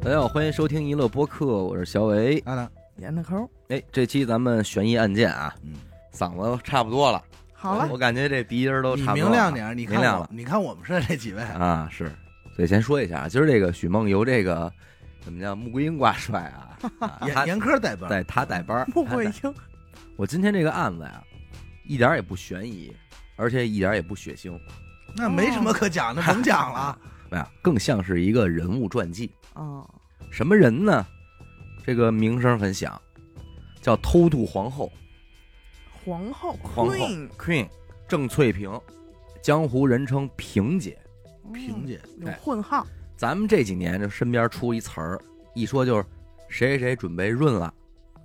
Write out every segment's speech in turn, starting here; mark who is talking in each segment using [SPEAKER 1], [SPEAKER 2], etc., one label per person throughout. [SPEAKER 1] 大家好，欢迎收听娱乐播客，我是小伟。
[SPEAKER 2] 阿南，
[SPEAKER 3] 演的抠，
[SPEAKER 1] 哎，这期咱们悬疑案件啊，
[SPEAKER 2] 嗯，
[SPEAKER 1] 嗓子差不多了，
[SPEAKER 3] 好
[SPEAKER 1] 我
[SPEAKER 3] 了，
[SPEAKER 1] 感觉这鼻音儿都
[SPEAKER 2] 你
[SPEAKER 1] 差不多了
[SPEAKER 2] 明亮点儿，你
[SPEAKER 1] 明
[SPEAKER 2] 看
[SPEAKER 1] 亮
[SPEAKER 2] 我
[SPEAKER 1] 了，
[SPEAKER 2] 你看我们是这几位，
[SPEAKER 1] 啊，是。所以先说一下，啊今儿这个许梦由这个怎么叫穆桂英挂帅 啊，啊
[SPEAKER 2] 严
[SPEAKER 1] 他
[SPEAKER 2] 严苛代 班，
[SPEAKER 1] 对他带班儿，
[SPEAKER 3] 穆
[SPEAKER 1] 他
[SPEAKER 3] 桂
[SPEAKER 1] 带
[SPEAKER 3] 英，
[SPEAKER 1] 我今天这个案子呀，一点儿也不悬疑，而且一点儿也不血腥，
[SPEAKER 2] 那没什么可讲的，甭讲
[SPEAKER 3] 哦
[SPEAKER 2] 了。啊
[SPEAKER 1] 哎呀，更像是一个人物传记。
[SPEAKER 3] 嗯，
[SPEAKER 1] 什么人呢？这个名声很响，叫偷渡皇后。
[SPEAKER 3] 皇后
[SPEAKER 1] 皇后
[SPEAKER 3] Queen，
[SPEAKER 1] Queen 郑翠萍，江湖人称萍姐。
[SPEAKER 2] 萍姐，
[SPEAKER 3] 嗯有
[SPEAKER 1] 哎
[SPEAKER 3] 混号，
[SPEAKER 1] 咱们这几年就身边出一词儿，一说就是谁谁谁准备润了，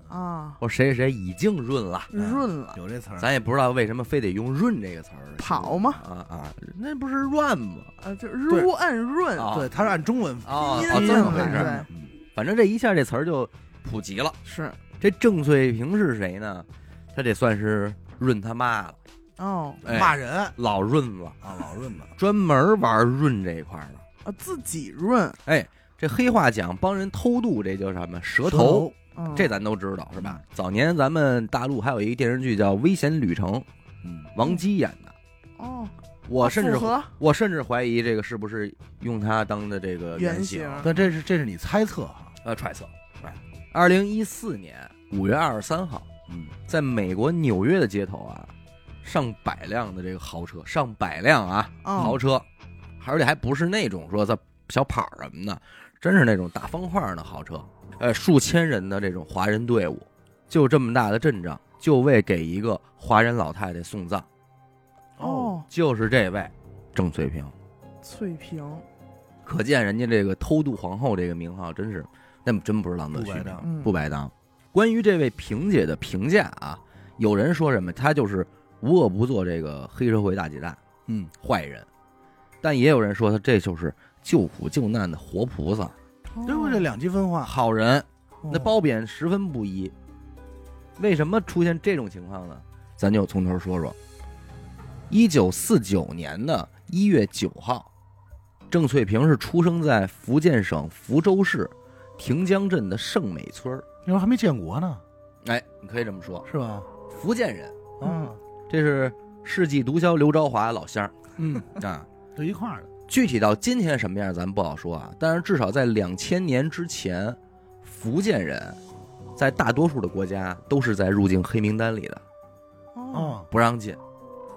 [SPEAKER 3] 啊，
[SPEAKER 1] 或谁谁谁已经润了，啊
[SPEAKER 3] 润了，
[SPEAKER 2] 有这词儿，
[SPEAKER 1] 咱也不知道为什么非得用“润”这个词儿。
[SPEAKER 3] 跑吗
[SPEAKER 1] 啊啊，那不是乱吗？
[SPEAKER 3] 呃，就如按润，
[SPEAKER 1] 啊
[SPEAKER 2] 对，他是按中文翻
[SPEAKER 1] 啊，
[SPEAKER 3] 拼
[SPEAKER 1] 哦
[SPEAKER 3] 音
[SPEAKER 1] 这么
[SPEAKER 3] 嘛
[SPEAKER 1] 回事儿。
[SPEAKER 3] 对
[SPEAKER 2] 的，嗯
[SPEAKER 1] 反正这一下这词儿就普及了。
[SPEAKER 3] 是
[SPEAKER 1] 这郑翠萍是谁呢？她这算是润他妈了，
[SPEAKER 3] 哦，
[SPEAKER 1] 哎
[SPEAKER 2] 骂人啊，
[SPEAKER 1] 老润了，
[SPEAKER 2] 老润吧，
[SPEAKER 1] 专门玩润这一块儿的。
[SPEAKER 3] 呃，自己润，
[SPEAKER 1] 哎，这黑话讲帮人偷渡，这叫什么？蛇
[SPEAKER 2] 舌
[SPEAKER 1] 头，
[SPEAKER 3] 嗯，
[SPEAKER 1] 这咱都知道是吧
[SPEAKER 2] 嗯？
[SPEAKER 1] 早年咱们大陆还有一个电视剧叫《危险旅程》，
[SPEAKER 2] 嗯，
[SPEAKER 1] 王姬演的。
[SPEAKER 3] 哦，
[SPEAKER 1] 我
[SPEAKER 3] 啊
[SPEAKER 1] 甚至
[SPEAKER 3] 符合
[SPEAKER 1] 我甚至怀疑这个是不是用她当的这个原型
[SPEAKER 3] 原型
[SPEAKER 2] 但这是这是你猜测哈，
[SPEAKER 1] 呃揣测。二零一四年五月二十三号，
[SPEAKER 2] 嗯，
[SPEAKER 1] 在美国纽约的街头啊，上百辆的这个豪车，上百辆啊
[SPEAKER 3] 哦
[SPEAKER 1] 豪车，而且还不是那种说在小跑儿什么的，真是那种大方块儿的豪车，呃，数千人的这种华人队伍，就这么大的阵仗，就为给一个华人老太太送葬，
[SPEAKER 3] 哦，
[SPEAKER 1] 就是这位郑翠萍。
[SPEAKER 3] 翠萍，
[SPEAKER 1] 可见人家这个偷渡皇后这个名号真是，那真不是浪得虚
[SPEAKER 2] 不白
[SPEAKER 1] 名
[SPEAKER 2] 当，
[SPEAKER 3] 嗯，
[SPEAKER 1] 不白当。关于这位萍姐的评价啊，有人说什么，她就是无恶不作这个黑社会大姐大、
[SPEAKER 2] 嗯，
[SPEAKER 1] 坏人，但也有人说她这就是救苦救难的活菩萨、
[SPEAKER 3] 哦，
[SPEAKER 2] 对不对？这两极分化，
[SPEAKER 1] 好人，那
[SPEAKER 3] 哦
[SPEAKER 1] 褒贬十分不一。为什么出现这种情况呢？咱就从头说说。一九四九年的一月九号，郑翠萍是出生在福建省福州市亭江镇的盛美村儿。
[SPEAKER 2] 那时候还没建国呢，
[SPEAKER 1] 哎，你可以这么说，
[SPEAKER 2] 是吧？
[SPEAKER 1] 福建人，嗯
[SPEAKER 2] 啊，
[SPEAKER 1] 这是世纪毒枭刘昭华老乡儿
[SPEAKER 2] 嗯，
[SPEAKER 1] 啊。
[SPEAKER 2] 就一块儿的，
[SPEAKER 1] 具体到今天什么样，咱不好说啊。但是至少在两千年之前，福建人在大多数的国家都是在入境黑名单里的。
[SPEAKER 3] 哦，
[SPEAKER 2] 啊，
[SPEAKER 1] 不让进，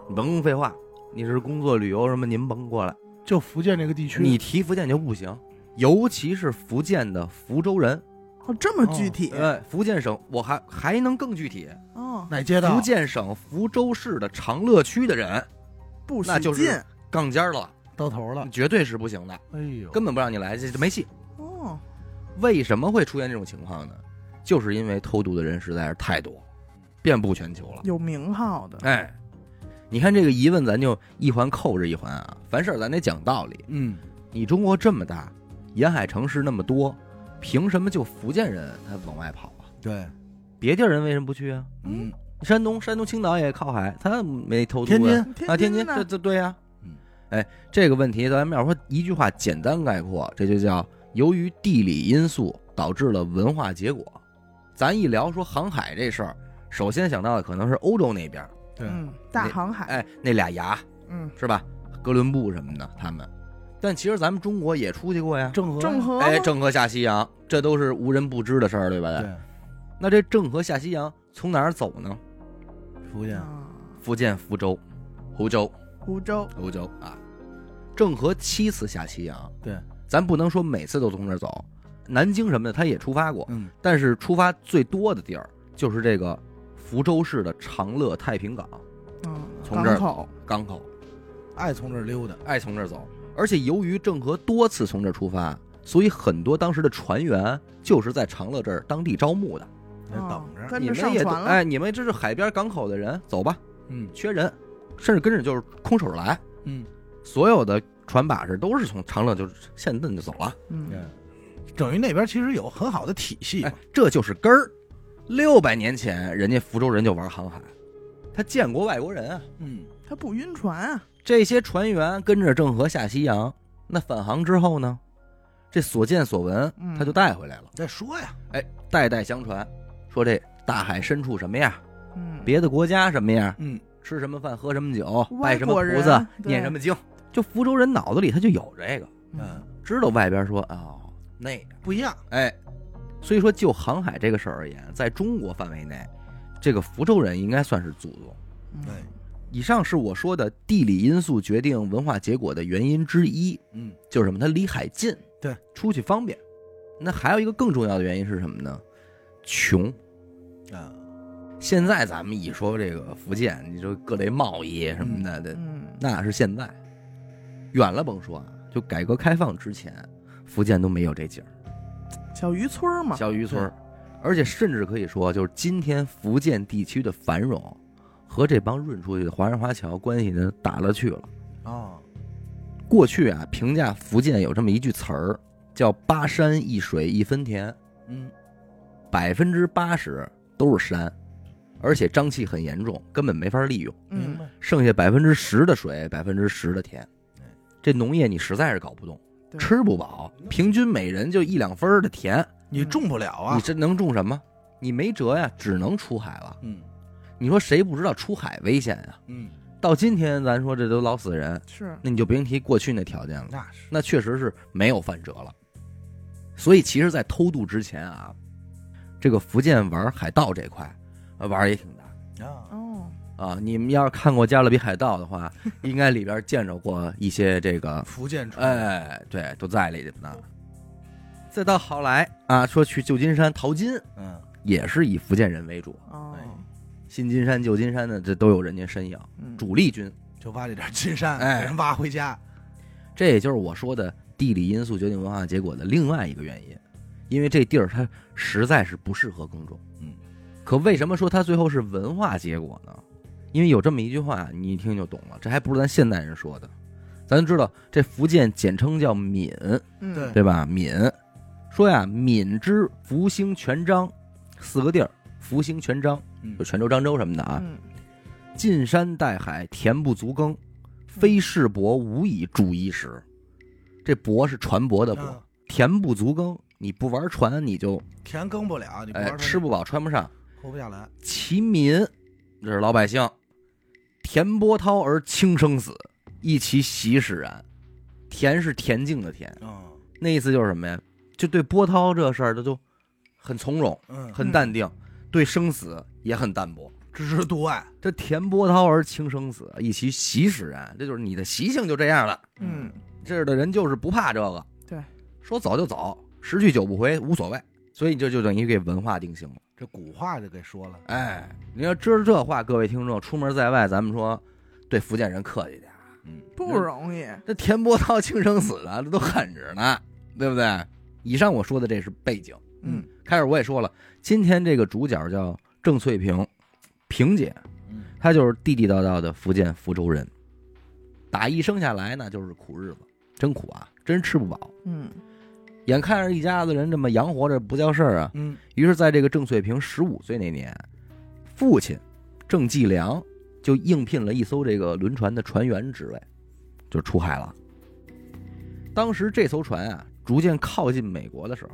[SPEAKER 1] 你甭废话，你是工作旅游什么，您甭过来，
[SPEAKER 2] 就福建这个地区，
[SPEAKER 1] 你提福建就不行，尤其是福建的福州人，
[SPEAKER 3] 哦，这么具体，
[SPEAKER 1] 对，福建省，我还还能更具体，
[SPEAKER 3] 哦，
[SPEAKER 2] 哪街道？
[SPEAKER 1] 福建省福州市的长乐区的人
[SPEAKER 3] 不许
[SPEAKER 1] 那就是
[SPEAKER 3] 进，
[SPEAKER 1] 杠尖儿了，
[SPEAKER 2] 到头了，
[SPEAKER 1] 绝对是不行的，
[SPEAKER 2] 哎呦，
[SPEAKER 1] 根本不让你来，这这没戏。
[SPEAKER 3] 哦，
[SPEAKER 1] 为什么会出现这种情况呢？就是因为偷渡的人实在是太多，遍布全球了。
[SPEAKER 3] 有名号的，
[SPEAKER 1] 哎，你看这个疑问，咱就一环扣着一环啊，凡事咱得讲道理。
[SPEAKER 2] 嗯，
[SPEAKER 1] 你中国这么大，沿海城市那么多，凭什么就福建人他往外跑啊？
[SPEAKER 2] 对，
[SPEAKER 1] 别地儿人为什么不去啊？
[SPEAKER 2] 嗯，
[SPEAKER 1] 山东、山东青岛也靠海，他没偷渡、啊。
[SPEAKER 2] 天津
[SPEAKER 1] 啊，天津，
[SPEAKER 3] 嗯津呢
[SPEAKER 1] 这这对呀、
[SPEAKER 2] 嗯，
[SPEAKER 1] 哎，这个问题咱们要说一句话简单概括，这就叫由于地理因素导致了文化结果。咱一聊说航海这事儿，首先想到的可能是欧洲那边儿，
[SPEAKER 2] 对，
[SPEAKER 3] 嗯，大
[SPEAKER 1] 那
[SPEAKER 3] 航海，
[SPEAKER 1] 哎，那俩牙
[SPEAKER 3] 嗯，
[SPEAKER 1] 是吧？哥伦布什么的，他们。但其实咱们中国也出去过呀，
[SPEAKER 2] 郑和，
[SPEAKER 3] 郑，和，
[SPEAKER 1] 哎，，郑和下西洋，这都是无人不知的事儿，对吧？
[SPEAKER 2] 对，
[SPEAKER 1] 那这郑和下西洋从哪儿走呢？
[SPEAKER 2] 福建，
[SPEAKER 3] 啊，
[SPEAKER 1] 福建福州，湖州，
[SPEAKER 3] 湖州，
[SPEAKER 1] 湖州啊。郑和七次下西洋，
[SPEAKER 2] 对，
[SPEAKER 1] 咱不能说每次都从这儿走。南京什么的他也出发过，
[SPEAKER 2] 嗯，
[SPEAKER 1] 但是出发最多的地儿就是这个福州市的长乐太平港
[SPEAKER 3] 嗯，
[SPEAKER 1] 从
[SPEAKER 3] 港
[SPEAKER 1] 这儿
[SPEAKER 3] 口，
[SPEAKER 1] 港口，
[SPEAKER 2] 爱从这儿溜达，
[SPEAKER 1] 爱从这儿走。而且由于郑和多次从这儿出发，所以很多当时的船员就是在长乐这儿当地招募的。
[SPEAKER 2] 那
[SPEAKER 3] 哦
[SPEAKER 2] 等着，
[SPEAKER 3] 跟
[SPEAKER 1] 你
[SPEAKER 3] 着
[SPEAKER 1] 们
[SPEAKER 3] 上
[SPEAKER 1] 也都
[SPEAKER 3] 船了，
[SPEAKER 1] 哎，你们这是海边港口的人，走吧，
[SPEAKER 2] 嗯
[SPEAKER 1] 缺人，甚至跟着就是空手来，
[SPEAKER 2] 嗯，
[SPEAKER 1] 所有的船把式都是从长乐就现顿就走了，
[SPEAKER 3] 嗯，
[SPEAKER 2] 等于那边其实有很好的体系
[SPEAKER 1] 哎，这就是根儿。六百年前，人家福州人就玩航海，他见过外国人啊，
[SPEAKER 2] 嗯，
[SPEAKER 3] 他不晕船啊，
[SPEAKER 1] 这些船员跟着郑和下西洋，那返航之后呢，这所见所闻
[SPEAKER 3] 嗯
[SPEAKER 1] 他就带回来了，
[SPEAKER 2] 再说呀，
[SPEAKER 1] 代代相传，说这大海深处什么样，
[SPEAKER 3] 嗯，
[SPEAKER 1] 别的国家什么样，
[SPEAKER 2] 嗯，
[SPEAKER 1] 吃什么饭，喝什么酒，
[SPEAKER 3] 外
[SPEAKER 1] 拜什么
[SPEAKER 3] 国
[SPEAKER 1] 菩萨
[SPEAKER 3] 人，对
[SPEAKER 1] 念什么经，就福州人脑子里他就有这个，
[SPEAKER 3] 嗯，
[SPEAKER 2] 嗯，
[SPEAKER 1] 知道外边说啊、哦、那样
[SPEAKER 2] 不一样，
[SPEAKER 1] 哎，所以说就航海这个事儿而言，在中国范围内，这个福州人应该算是祖宗。
[SPEAKER 3] 嗯
[SPEAKER 2] 对
[SPEAKER 1] 以上是我说的地理因素决定文化结果的原因之一，
[SPEAKER 2] 嗯，
[SPEAKER 1] 就是什么？它离海近，
[SPEAKER 2] 对，
[SPEAKER 1] 出去方便。那还有一个更重要的原因是什么呢？穷。
[SPEAKER 2] 啊，
[SPEAKER 1] 现在咱们一说这个福建，你说各类贸易什么的，的
[SPEAKER 3] 嗯，
[SPEAKER 1] 那是现在。远了甭说啊，就改革开放之前，福建都没有这景儿，
[SPEAKER 3] 小渔村儿嘛，
[SPEAKER 1] 小渔村儿。而且甚至可以说，就是今天福建地区的繁荣，和这帮润出去的华人华侨关系呢打了去了。
[SPEAKER 2] 哦，
[SPEAKER 1] 过去啊，评价福建有这么一句词儿，叫“八山一水一分田
[SPEAKER 2] 嗯，”，
[SPEAKER 1] 百分之八十都是山，而且瘴气很严重，根本没法利用。
[SPEAKER 2] 明
[SPEAKER 3] 嗯，
[SPEAKER 2] 白，
[SPEAKER 1] 剩下百分之十的水，百分之十的田，这农业你实在是搞不动，
[SPEAKER 3] 对
[SPEAKER 1] 吃不饱，平均每人就一两分儿的田，
[SPEAKER 2] 你种不了啊
[SPEAKER 1] 你，这能种什么？你没辙呀，只能出海了。
[SPEAKER 2] 嗯
[SPEAKER 1] 你说谁不知道出海危险呀？
[SPEAKER 2] 嗯，
[SPEAKER 1] 到今天咱说这都老死人，
[SPEAKER 3] 是，
[SPEAKER 1] 那你就别提过去那条件了。
[SPEAKER 2] 那是，
[SPEAKER 1] 那确实是没有饭辙了。所以其实，在偷渡之前啊，这个福建玩海盗这块呃玩儿也挺大
[SPEAKER 2] 啊，
[SPEAKER 3] 哦，
[SPEAKER 1] 啊。你们要是看过《加勒比海盗》的话，应该里边见着过一些这个，
[SPEAKER 2] 福建出，，
[SPEAKER 1] 哎，对，都在里头呢。再到后来啊，说去旧金山淘金，
[SPEAKER 2] 嗯，
[SPEAKER 1] 也是以福建人为主，
[SPEAKER 3] 哦，
[SPEAKER 1] 新金山、旧金山的这都有人家身影，
[SPEAKER 3] 嗯
[SPEAKER 1] 主力军。
[SPEAKER 2] 就挖这点金山，
[SPEAKER 1] 哎
[SPEAKER 2] 给人挖回家，
[SPEAKER 1] 这也就是我说的地理因素决定文化结果的另外一个原因，因为这地儿它实在是不适合耕种。
[SPEAKER 2] 嗯，
[SPEAKER 1] 可为什么说它最后是文化结果呢？因为有这么一句话，你一听就懂了，这还不是咱现代人说的。咱知道这福建简称叫闽，
[SPEAKER 3] 嗯，
[SPEAKER 2] 对
[SPEAKER 1] 对吧？闽，说呀，闽之福兴泉漳四个地儿，福兴泉漳
[SPEAKER 2] 嗯
[SPEAKER 1] 就，泉州、漳州什么的啊。
[SPEAKER 3] 嗯，
[SPEAKER 1] 近山带海，田不足耕，非世伯无以煮衣食。这伯是船舶的舶，
[SPEAKER 2] 啊
[SPEAKER 1] 田不足耕，你不玩船你就
[SPEAKER 2] 田耕不了，你不
[SPEAKER 1] 哎
[SPEAKER 2] 玩它
[SPEAKER 1] 吃不饱穿不上。
[SPEAKER 2] 活不下来，
[SPEAKER 1] 其民，这是老百姓，田波涛而轻生死，亦其习使然。田是恬静的田，
[SPEAKER 2] 嗯
[SPEAKER 1] 那意思就是什么呀？就对波涛这事儿，他就很从容，
[SPEAKER 2] 嗯，
[SPEAKER 1] 很淡定，对生死也很淡泊。
[SPEAKER 2] 置之度外，
[SPEAKER 1] 这田波涛而轻生死，以其习使然，这就是你的习性就这样了。
[SPEAKER 3] 嗯，
[SPEAKER 1] 这儿的人就是不怕这个，
[SPEAKER 3] 对，
[SPEAKER 1] 说走就走，十去九不回无所谓，所以这就等于给文化定性了。
[SPEAKER 2] 这古话就给说了，
[SPEAKER 1] 哎，你要知道这话，各位听众，出门在外，咱们说对福建人客气点儿。
[SPEAKER 2] 嗯，
[SPEAKER 3] 不容易，
[SPEAKER 1] 这田波涛轻生死的，这都狠着呢，对不对？以上我说的这是背景。
[SPEAKER 3] 嗯，
[SPEAKER 1] 开始我也说了，今天这个主角叫郑翠萍，萍姐，
[SPEAKER 2] 嗯
[SPEAKER 1] 她就是地地道道的福建福州人。打一生下来呢，就是苦日子，真苦啊，真吃不饱。
[SPEAKER 3] 嗯，
[SPEAKER 1] 眼看着一家子人这么养活着不叫事儿啊，
[SPEAKER 2] 嗯
[SPEAKER 1] 于是在这个郑翠萍十五岁那年，父亲郑继良就应聘了一艘这个轮船的船员职位，就出海了。当时这艘船啊逐渐靠近美国的时候，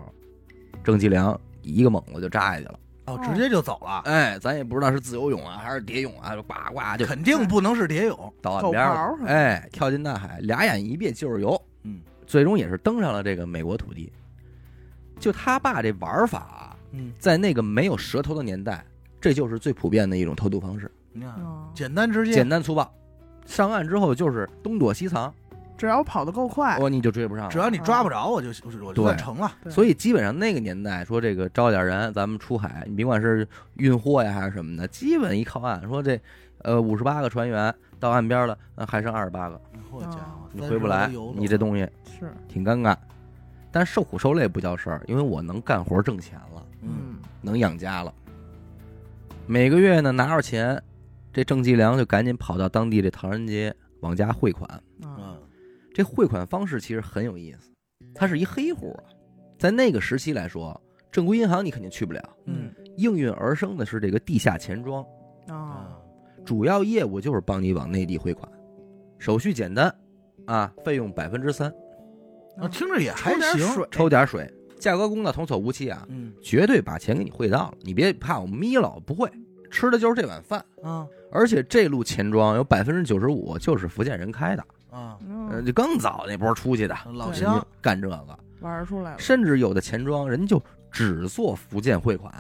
[SPEAKER 1] 郑继良一个猛子就扎下去了。
[SPEAKER 3] 嗯
[SPEAKER 2] 哦，直接就走了，
[SPEAKER 1] 哎，咱也不知道是自由泳啊还是蝶泳啊，就呱呱就
[SPEAKER 2] 肯定不能是蝶泳，
[SPEAKER 1] 到岸边
[SPEAKER 3] 狗刨
[SPEAKER 1] 儿
[SPEAKER 3] 是
[SPEAKER 1] 了。
[SPEAKER 3] 吧
[SPEAKER 1] 哎，跳进大海，俩眼一闭就是游，
[SPEAKER 2] 嗯
[SPEAKER 1] 最终也是登上了这个美国土地。就他爸这玩儿法啊、
[SPEAKER 2] 嗯，
[SPEAKER 1] 在那个没有蛇头的年代，这就是最普遍的一种偷渡方式，
[SPEAKER 2] 你看
[SPEAKER 3] 哦
[SPEAKER 2] 简单直接
[SPEAKER 1] 简，单粗暴。上岸之后就是东躲西藏，
[SPEAKER 3] 只要跑得够快，
[SPEAKER 1] 哦，你就追不上
[SPEAKER 2] 只
[SPEAKER 1] 了。
[SPEAKER 2] 哎要你抓不着我就我就算成了，
[SPEAKER 3] 对
[SPEAKER 1] 所以基本上那个年代，说这个招点人，咱们出海，你甭管是运货呀还是什么的，基本一靠岸，说这，呃，五十八个船员到岸边了，那还剩二十八个，
[SPEAKER 3] 哦
[SPEAKER 2] 我家伙，
[SPEAKER 1] 你回不来
[SPEAKER 2] 30都游，了
[SPEAKER 1] 你这东西
[SPEAKER 3] 是，
[SPEAKER 1] 挺尴尬。但受苦受累不叫事儿，因为我能干活挣钱了。
[SPEAKER 2] 嗯
[SPEAKER 3] 嗯，
[SPEAKER 1] 能养家了。每个月呢拿着钱，这郑继良就赶紧跑到当地这唐人街往家汇款。
[SPEAKER 3] 啊，
[SPEAKER 2] 嗯
[SPEAKER 1] 这汇款方式其实很有意思，它是一黑户啊，在那个时期来说，正规银行你肯定去不了，
[SPEAKER 2] 嗯
[SPEAKER 1] 应运而生的是这个地下钱庄，
[SPEAKER 3] 啊，
[SPEAKER 2] 嗯
[SPEAKER 1] 主要业务就是帮你往内地汇款，手续简单啊，费用百分之三。
[SPEAKER 2] 啊，听着也还
[SPEAKER 3] 嗯抽点
[SPEAKER 2] 行
[SPEAKER 3] 水，，
[SPEAKER 1] 抽点水，价格公道，童叟无欺啊，
[SPEAKER 2] 嗯
[SPEAKER 1] 绝对把钱给你汇到了，你别怕我眯了，我不会，吃的就是这碗饭。
[SPEAKER 3] 嗯
[SPEAKER 2] 啊
[SPEAKER 1] 而且这路钱庄有百分之九十五就是福建人开的，
[SPEAKER 2] 啊，
[SPEAKER 1] 呃，
[SPEAKER 3] 嗯，
[SPEAKER 1] 就更早那波出去的
[SPEAKER 2] 老
[SPEAKER 1] 人
[SPEAKER 2] 乡
[SPEAKER 1] 家干这个，
[SPEAKER 3] 玩出来了，
[SPEAKER 1] 甚至有的钱庄人就只做福建汇款，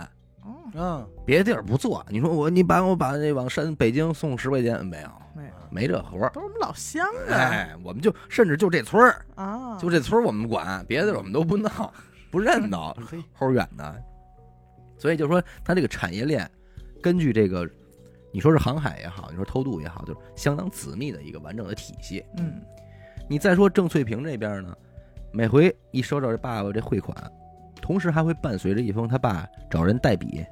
[SPEAKER 3] 哦，
[SPEAKER 2] 嗯，
[SPEAKER 1] 别的地儿不做。你说我你把我把那往山北京送十块钱没有？
[SPEAKER 3] 没有，啊
[SPEAKER 1] 没这活儿。
[SPEAKER 3] 都是我们老乡的
[SPEAKER 1] 哎，我们就甚至就这村儿，
[SPEAKER 3] 啊，
[SPEAKER 1] 就这村儿我们管，别的地儿我们都不闹，不 认得，
[SPEAKER 3] 嗯
[SPEAKER 2] 嘿，
[SPEAKER 1] 齁远的。所以就说它这个产业链，根据这个，你说是航海也好，你说偷渡也好，就是相当紧密的一个完整的体系。
[SPEAKER 3] 嗯，
[SPEAKER 1] 你再说郑翠萍这边呢，每回一收到这爸爸这汇款，同时还会伴随着一封他爸找人代笔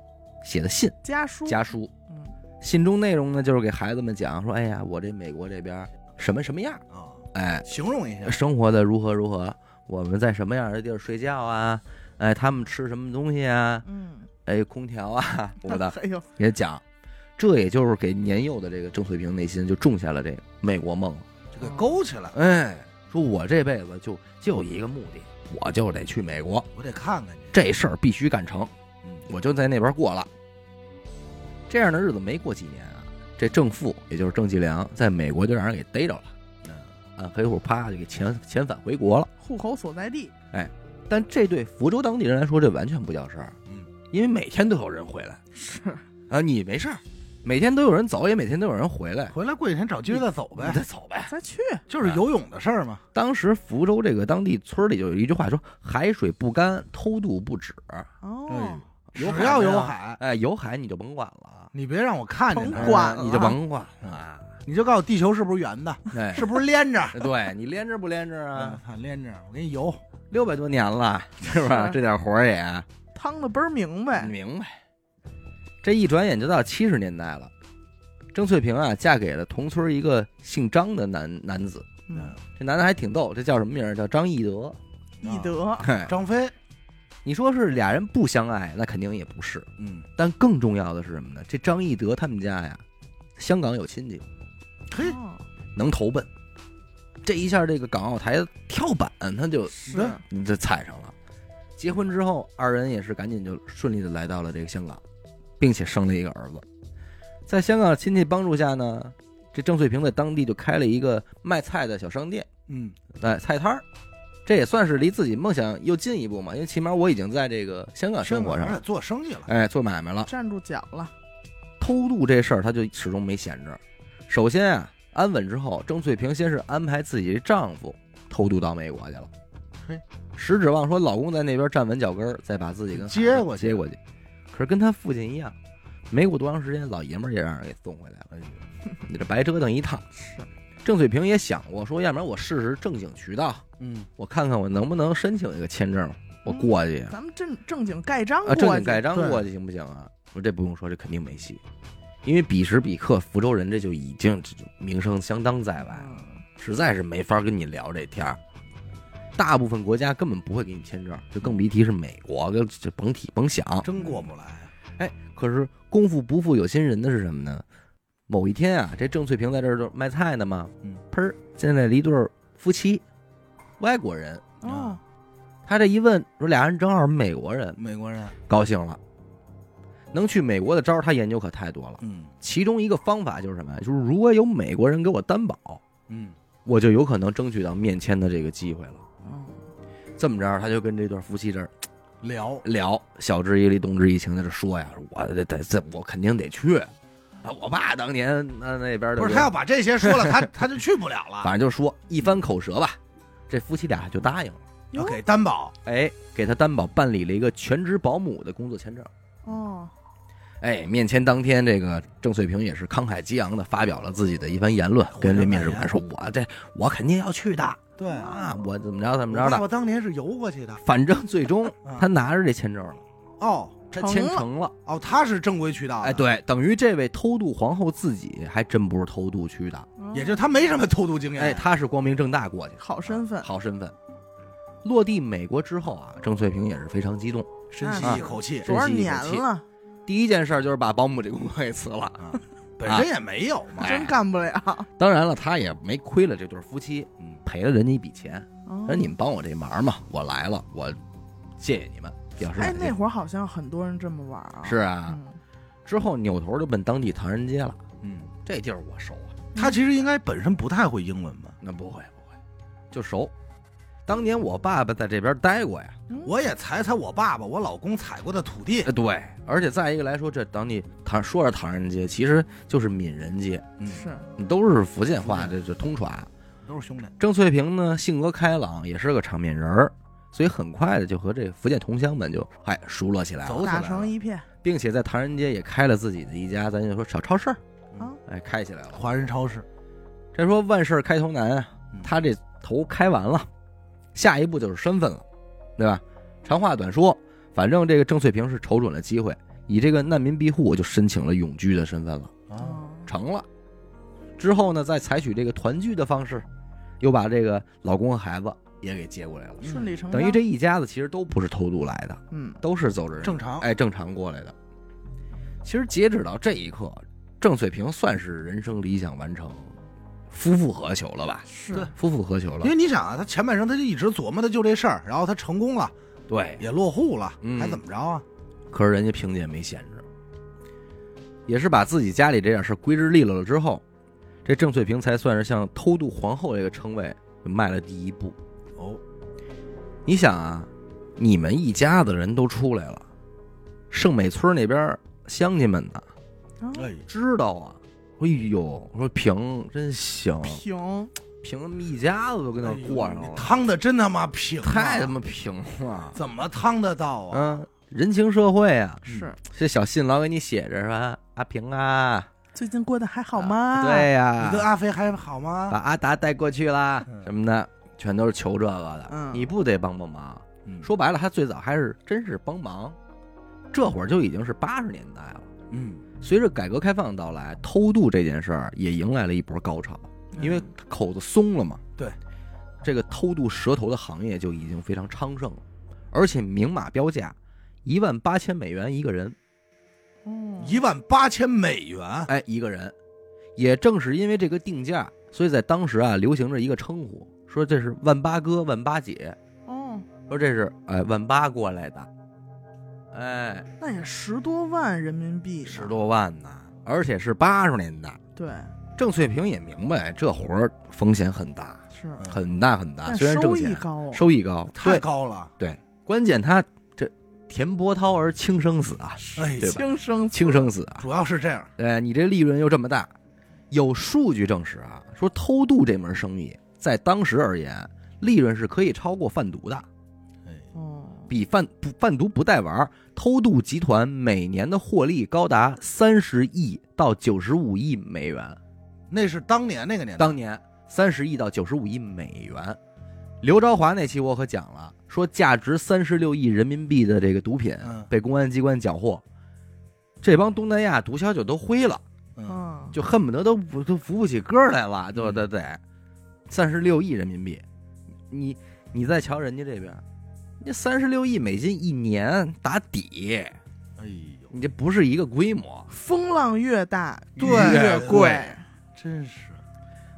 [SPEAKER 1] 写的信
[SPEAKER 3] 家书
[SPEAKER 1] 家书。
[SPEAKER 3] 嗯
[SPEAKER 1] 信中内容呢，就是给孩子们讲说，哎呀，我这美国这边什么什么样，
[SPEAKER 2] 啊，
[SPEAKER 1] 哎，
[SPEAKER 2] 形容一下，
[SPEAKER 1] 生活的如何如何，我们在什么样的地儿睡觉啊，哎，他们吃什么东西啊，
[SPEAKER 3] 嗯，
[SPEAKER 1] 哎，空调啊， 我的
[SPEAKER 3] 哎呦，
[SPEAKER 1] 也讲。这也就是给年幼的这个郑翠萍内心就种下了这个美国梦了。
[SPEAKER 2] 就
[SPEAKER 3] 嗯
[SPEAKER 2] 给勾起来了，
[SPEAKER 1] 哎，说我这辈子就就一个目的，我就得去美国，
[SPEAKER 2] 我得看看你，
[SPEAKER 1] 这事儿必须干成，
[SPEAKER 2] 嗯
[SPEAKER 1] 我就在那边过了。这样的日子没过几年啊，这郑富也就是郑继良在美国就让人给逮着了，按黑户啪就给遣遣返回国了。
[SPEAKER 3] 户口所在地，
[SPEAKER 1] 但这对福州当地人来说，这完全不叫事儿，
[SPEAKER 2] 嗯
[SPEAKER 1] 因为每天都有人回来
[SPEAKER 3] 是
[SPEAKER 1] 啊，你没事儿，每天都有人走，也每天都有人回来，
[SPEAKER 2] 回来过几天找机会再走呗
[SPEAKER 1] 你，哎再走呗。
[SPEAKER 3] 再去，
[SPEAKER 2] 就是游泳的事儿嘛，
[SPEAKER 1] 当时福州这个当地村里就有一句话说：“海水不干，偷渡不止。”
[SPEAKER 3] 哦啊
[SPEAKER 2] 哎，只
[SPEAKER 1] 有海
[SPEAKER 2] 要
[SPEAKER 1] 呢
[SPEAKER 2] 有海，
[SPEAKER 1] 哎，有海你就甭管了，哎
[SPEAKER 2] 你别让我看见
[SPEAKER 3] 甭
[SPEAKER 2] 它，
[SPEAKER 3] 管了
[SPEAKER 1] 你就甭管啊。
[SPEAKER 2] 你就告诉我地球是不是圆的，
[SPEAKER 1] 哎，
[SPEAKER 2] 是不是连着？
[SPEAKER 1] 对你连着不连着
[SPEAKER 2] 啊
[SPEAKER 1] 啊？，
[SPEAKER 2] 看连着，我给你游，
[SPEAKER 1] 六百多年了，是啊吧？
[SPEAKER 3] 是
[SPEAKER 1] 这点活儿也
[SPEAKER 3] 趟的倍儿明白，
[SPEAKER 1] 明白。这一转眼就到七十年代了，郑翠萍啊，嫁给了同村一个姓张的男男子。
[SPEAKER 3] 嗯，
[SPEAKER 1] 这男的还挺逗，这叫什么名儿？叫张翼德。
[SPEAKER 3] 易德，
[SPEAKER 1] 嘿
[SPEAKER 2] 张飞，
[SPEAKER 1] 你说是俩人不相爱，那肯定也不是。
[SPEAKER 2] 嗯，
[SPEAKER 1] 但更重要的是什么呢？这张翼德他们家呀，香港有亲戚，
[SPEAKER 2] 嘿，
[SPEAKER 3] 哦
[SPEAKER 1] 能投奔。这一下，这个港澳台跳板他就
[SPEAKER 2] 啊
[SPEAKER 3] 是
[SPEAKER 1] 你这踩上了。结婚之后，二人也是赶紧就顺利的来到了这个香港，并且生了一个儿子。在香港亲戚帮助下呢，这郑翠萍在当地就开了一个卖菜的小商店，
[SPEAKER 2] 嗯，
[SPEAKER 1] 哎，菜摊儿。这也算是离自己梦想又近一步嘛，因为起码我已经在这个香港生活
[SPEAKER 2] 而
[SPEAKER 1] 上，
[SPEAKER 2] 且啊做生意了，
[SPEAKER 1] 哎，做买卖了。
[SPEAKER 3] 站住脚了，
[SPEAKER 1] 偷渡这事儿，他就始终没闲着。首先啊，安稳之后，郑翠萍先是安排自己的丈夫偷渡到美国去了
[SPEAKER 2] 嘿，
[SPEAKER 1] 实指望说老公在那边站稳脚跟儿，再把自己跟孩子
[SPEAKER 2] 接过去
[SPEAKER 1] 接过去。可是跟他父亲一样，没过多长时间，老爷们儿也让人给送回来了。
[SPEAKER 2] 哎呦
[SPEAKER 1] 你这白折腾一趟。
[SPEAKER 3] 是，
[SPEAKER 1] 郑翠萍也想过说，要不然我试试正经渠道，
[SPEAKER 2] 嗯，
[SPEAKER 1] 我看看我能不能申请一个签证，我过去。
[SPEAKER 3] 咱们正正经盖章
[SPEAKER 1] 啊，
[SPEAKER 3] 过去，
[SPEAKER 1] 正经盖章
[SPEAKER 2] 对
[SPEAKER 1] 过去行不行啊？我这不用说，这肯定没戏，因为彼时彼刻福州人这就已经这就名声相当在外，
[SPEAKER 3] 嗯
[SPEAKER 1] 实在是没法跟你聊这天儿。大部分国家根本不会给你签证，就更别提是美国，就就甭提甭想。
[SPEAKER 2] 真过不来，啊
[SPEAKER 1] 哎，可是功夫不负有心人的是什么呢？某一天啊，这郑翠萍在这儿就卖菜呢嘛，
[SPEAKER 2] 嗯，
[SPEAKER 1] 砰儿进来了一对儿夫妻，外国人。
[SPEAKER 3] 哦，
[SPEAKER 1] 他这一问，说俩人正好是美国人，
[SPEAKER 2] 美国人，
[SPEAKER 1] 高兴了。能去美国的招儿，他研究可太多了。
[SPEAKER 2] 嗯
[SPEAKER 1] 其中一个方法就是什么呀？就是如果有美国人给我担保，
[SPEAKER 2] 嗯，
[SPEAKER 1] 我就有可能争取到面签的这个机会了。
[SPEAKER 3] 嗯
[SPEAKER 1] 这么着，他就跟这对夫妻这儿
[SPEAKER 2] 聊，
[SPEAKER 1] 聊，晓之以理，动之以情，在这说呀，我得得这我肯定得去啊！我爸当年那那边的
[SPEAKER 2] 不是他要把这些说了，他他就去不了了，
[SPEAKER 1] 反正就说一番口舌吧，这夫妻俩就答应了。
[SPEAKER 2] 要
[SPEAKER 3] 哟
[SPEAKER 2] 给担保，
[SPEAKER 1] 哎，给他担保办理了一个全职保姆的工作签证。
[SPEAKER 3] 哦，
[SPEAKER 1] 哎，面签当天，这个郑翠萍也是慷慨激昂的发表了自己的一番言论，跟这面试官说：“我这我肯定要去的
[SPEAKER 2] 对
[SPEAKER 1] 啊，我怎么着怎么着
[SPEAKER 2] 我爸
[SPEAKER 1] 的。
[SPEAKER 2] 爸当年是游过去的”，
[SPEAKER 1] 反正最终
[SPEAKER 2] 啊
[SPEAKER 1] 他拿着这签证了，
[SPEAKER 2] 哦
[SPEAKER 1] 他
[SPEAKER 3] 成
[SPEAKER 1] 签
[SPEAKER 3] 了
[SPEAKER 1] 成了。
[SPEAKER 2] 哦，他是正规渠道的，
[SPEAKER 1] 哎，，对，等于这位偷渡皇后自己还真不是偷渡去的，
[SPEAKER 3] 嗯
[SPEAKER 2] 也就他没什么偷渡经验，
[SPEAKER 1] 哎，她是光明正大过去的，
[SPEAKER 3] 好身份，
[SPEAKER 1] 好身份。落地美国之后啊，郑翠萍也是非常激动。
[SPEAKER 2] 深吸一口气，
[SPEAKER 1] 是
[SPEAKER 3] 多少
[SPEAKER 1] 深吸一
[SPEAKER 3] 年
[SPEAKER 1] 口气
[SPEAKER 3] 了，
[SPEAKER 1] 第一件事儿就是把保姆这工作给辞了。
[SPEAKER 2] 啊，本身也没有嘛，
[SPEAKER 1] 哎
[SPEAKER 3] 真干不了，
[SPEAKER 1] 当然了，她也没亏了这对夫妻，
[SPEAKER 2] 嗯
[SPEAKER 1] 赔了人家一笔钱。
[SPEAKER 3] 哦哦
[SPEAKER 1] 说你们帮我这忙嘛，我来了，我谢谢你们，表示
[SPEAKER 3] 哎，
[SPEAKER 1] 感谢。
[SPEAKER 3] 那会儿好像很多人这么玩儿啊。
[SPEAKER 1] 是啊，
[SPEAKER 3] 嗯，
[SPEAKER 1] 之后扭头就奔当地唐人街了，
[SPEAKER 2] 嗯，
[SPEAKER 1] 这地儿我熟啊，
[SPEAKER 2] 他其实应该本身不太会英文吧？
[SPEAKER 1] 那不会不会，就熟。当年我爸爸在这边待过呀，
[SPEAKER 3] 嗯
[SPEAKER 2] 我也踩踩我爸爸，我老公踩过的土地
[SPEAKER 1] 哎。对，而且再一个来说，这当地唐说是唐人街，其实就是闽人街，
[SPEAKER 2] 嗯，
[SPEAKER 3] 是
[SPEAKER 1] 都是福建话，
[SPEAKER 2] 福
[SPEAKER 1] 这这通传。
[SPEAKER 2] 都是兄弟。
[SPEAKER 1] 郑翠萍呢，性格开朗，也是个场面人儿，所以很快的就和这福建同乡们就哎熟络起来了，
[SPEAKER 2] 走起来
[SPEAKER 3] 打
[SPEAKER 2] 了
[SPEAKER 3] 成一片，
[SPEAKER 1] 并且在唐人街也开了自己的一家，咱就说小超市儿
[SPEAKER 3] 嗯，
[SPEAKER 1] 哎，开起来了。
[SPEAKER 2] 华人超市，
[SPEAKER 1] 再说万事开头难啊
[SPEAKER 2] 嗯，
[SPEAKER 1] 他这头开完了，下一步就是身份了，对吧？长话短说，反正这个郑翠萍是瞅准了机会，以这个难民庇护，我就申请了永居的身份了，
[SPEAKER 2] 啊，
[SPEAKER 3] 嗯
[SPEAKER 1] 成了。之后呢，再采取这个团聚的方式，又把这个老公和孩子也给接过来了。
[SPEAKER 3] 嗯顺理成章。
[SPEAKER 1] 等于这，一家子其实都不是偷渡来的，
[SPEAKER 3] 嗯，
[SPEAKER 1] 都是走着
[SPEAKER 2] 正常。
[SPEAKER 1] 哎正常过来的。其实截止到这一刻，郑翠萍算是人生理想完成，夫复何求了吧？
[SPEAKER 3] 是
[SPEAKER 2] 对
[SPEAKER 1] 夫复何求了
[SPEAKER 2] 因？为你想啊，他前半生他就一直琢磨的就这事儿，然后他成功了，
[SPEAKER 1] 对，
[SPEAKER 2] 也落户了，
[SPEAKER 1] 嗯
[SPEAKER 2] 还怎么着啊？
[SPEAKER 1] 可是人家萍姐没闲着，也是把自己家里这点事儿归置利落了之后，这郑翠萍才算是向偷渡皇后这个称谓迈了第一步。
[SPEAKER 2] 哦，
[SPEAKER 1] 你想啊，你们一家子人都出来了，圣美村那边乡亲们呢
[SPEAKER 3] 啊
[SPEAKER 2] 哎，
[SPEAKER 1] 知道啊，哎呦，说萍真行，嗯
[SPEAKER 3] 平
[SPEAKER 1] 萍他妈一家子都跟那儿过上
[SPEAKER 2] 哎呦
[SPEAKER 1] 了
[SPEAKER 2] 你，趟的真他妈平啊，
[SPEAKER 1] 太他妈平了，
[SPEAKER 2] 怎么趟得到啊？
[SPEAKER 1] 嗯、人情社会啊，
[SPEAKER 3] 是
[SPEAKER 1] 这小信老给你写着说阿平啊，
[SPEAKER 3] 最近过得还好吗？
[SPEAKER 1] 对呀、
[SPEAKER 2] 你跟阿飞还好吗
[SPEAKER 1] 把？阿达带过去啦
[SPEAKER 2] 嗯
[SPEAKER 1] 什么的，全都是求这个的。
[SPEAKER 3] 嗯
[SPEAKER 1] 你不得帮帮忙？
[SPEAKER 2] 嗯
[SPEAKER 1] 说白了，他最早还是真是帮忙，这会儿就已经是八十年代了。
[SPEAKER 2] 嗯，
[SPEAKER 1] 随着改革开放的到来，偷渡这件事儿也迎来了一波高潮，因为口子松了嘛。
[SPEAKER 2] 对，
[SPEAKER 1] 这个偷渡蛇头的行业就已经非常昌盛了，而且明码标价一万八千美元一个人，
[SPEAKER 3] 嗯，
[SPEAKER 2] 一万八千美元，
[SPEAKER 1] 哎，一个人。也正是因为这个定价，所以在当时啊，流行着一个称呼，说这是万八哥、万八姐。
[SPEAKER 3] 哦，
[SPEAKER 1] 说这是哎万八过来的，哎，
[SPEAKER 3] 那也十多万人民币呢，
[SPEAKER 1] 十多万呢，而且是八十年代。
[SPEAKER 3] 对
[SPEAKER 1] 郑翠萍也明白这活儿风险很大，
[SPEAKER 3] 是，
[SPEAKER 1] 很大很大，
[SPEAKER 3] 但
[SPEAKER 1] 嗯啊虽然挣
[SPEAKER 3] 收益
[SPEAKER 1] 钱
[SPEAKER 3] 高，哦
[SPEAKER 1] 收益高，
[SPEAKER 2] 太
[SPEAKER 1] 对
[SPEAKER 2] 高了，
[SPEAKER 1] 对，关键他这田波涛而轻生死啊，
[SPEAKER 2] 哎，
[SPEAKER 1] 对吧
[SPEAKER 3] 轻生
[SPEAKER 1] 轻生死啊，
[SPEAKER 2] 主要是这样，
[SPEAKER 1] 哎，你这利润又这么大，有数据证实啊，说偷渡这门生意在当时而言，利润是可以超过贩毒的。
[SPEAKER 2] 哎，
[SPEAKER 3] 哦，
[SPEAKER 1] 比贩不贩毒不带玩儿，偷渡集团每年的获利高达三十亿到九十五亿美元。
[SPEAKER 2] 那是当年那个年代，
[SPEAKER 1] 当年三十亿到九十五亿美元。刘朝华那期我可讲了，说价值三十六亿人民币的这个毒品
[SPEAKER 2] 嗯
[SPEAKER 1] 被公安机关缴获，这帮东南亚毒枭就都灰了，
[SPEAKER 2] 嗯，
[SPEAKER 3] 嗯，
[SPEAKER 1] 就恨不得都不都扶不起歌来了，对对对，三十六亿人民币，你你再瞧人家这边，那三十六亿美金一年打底，
[SPEAKER 2] 哎呦，
[SPEAKER 1] 你这不是一个规模。
[SPEAKER 3] 风浪越大
[SPEAKER 2] 对
[SPEAKER 3] 越
[SPEAKER 2] 越
[SPEAKER 3] 贵
[SPEAKER 2] 贵，真是，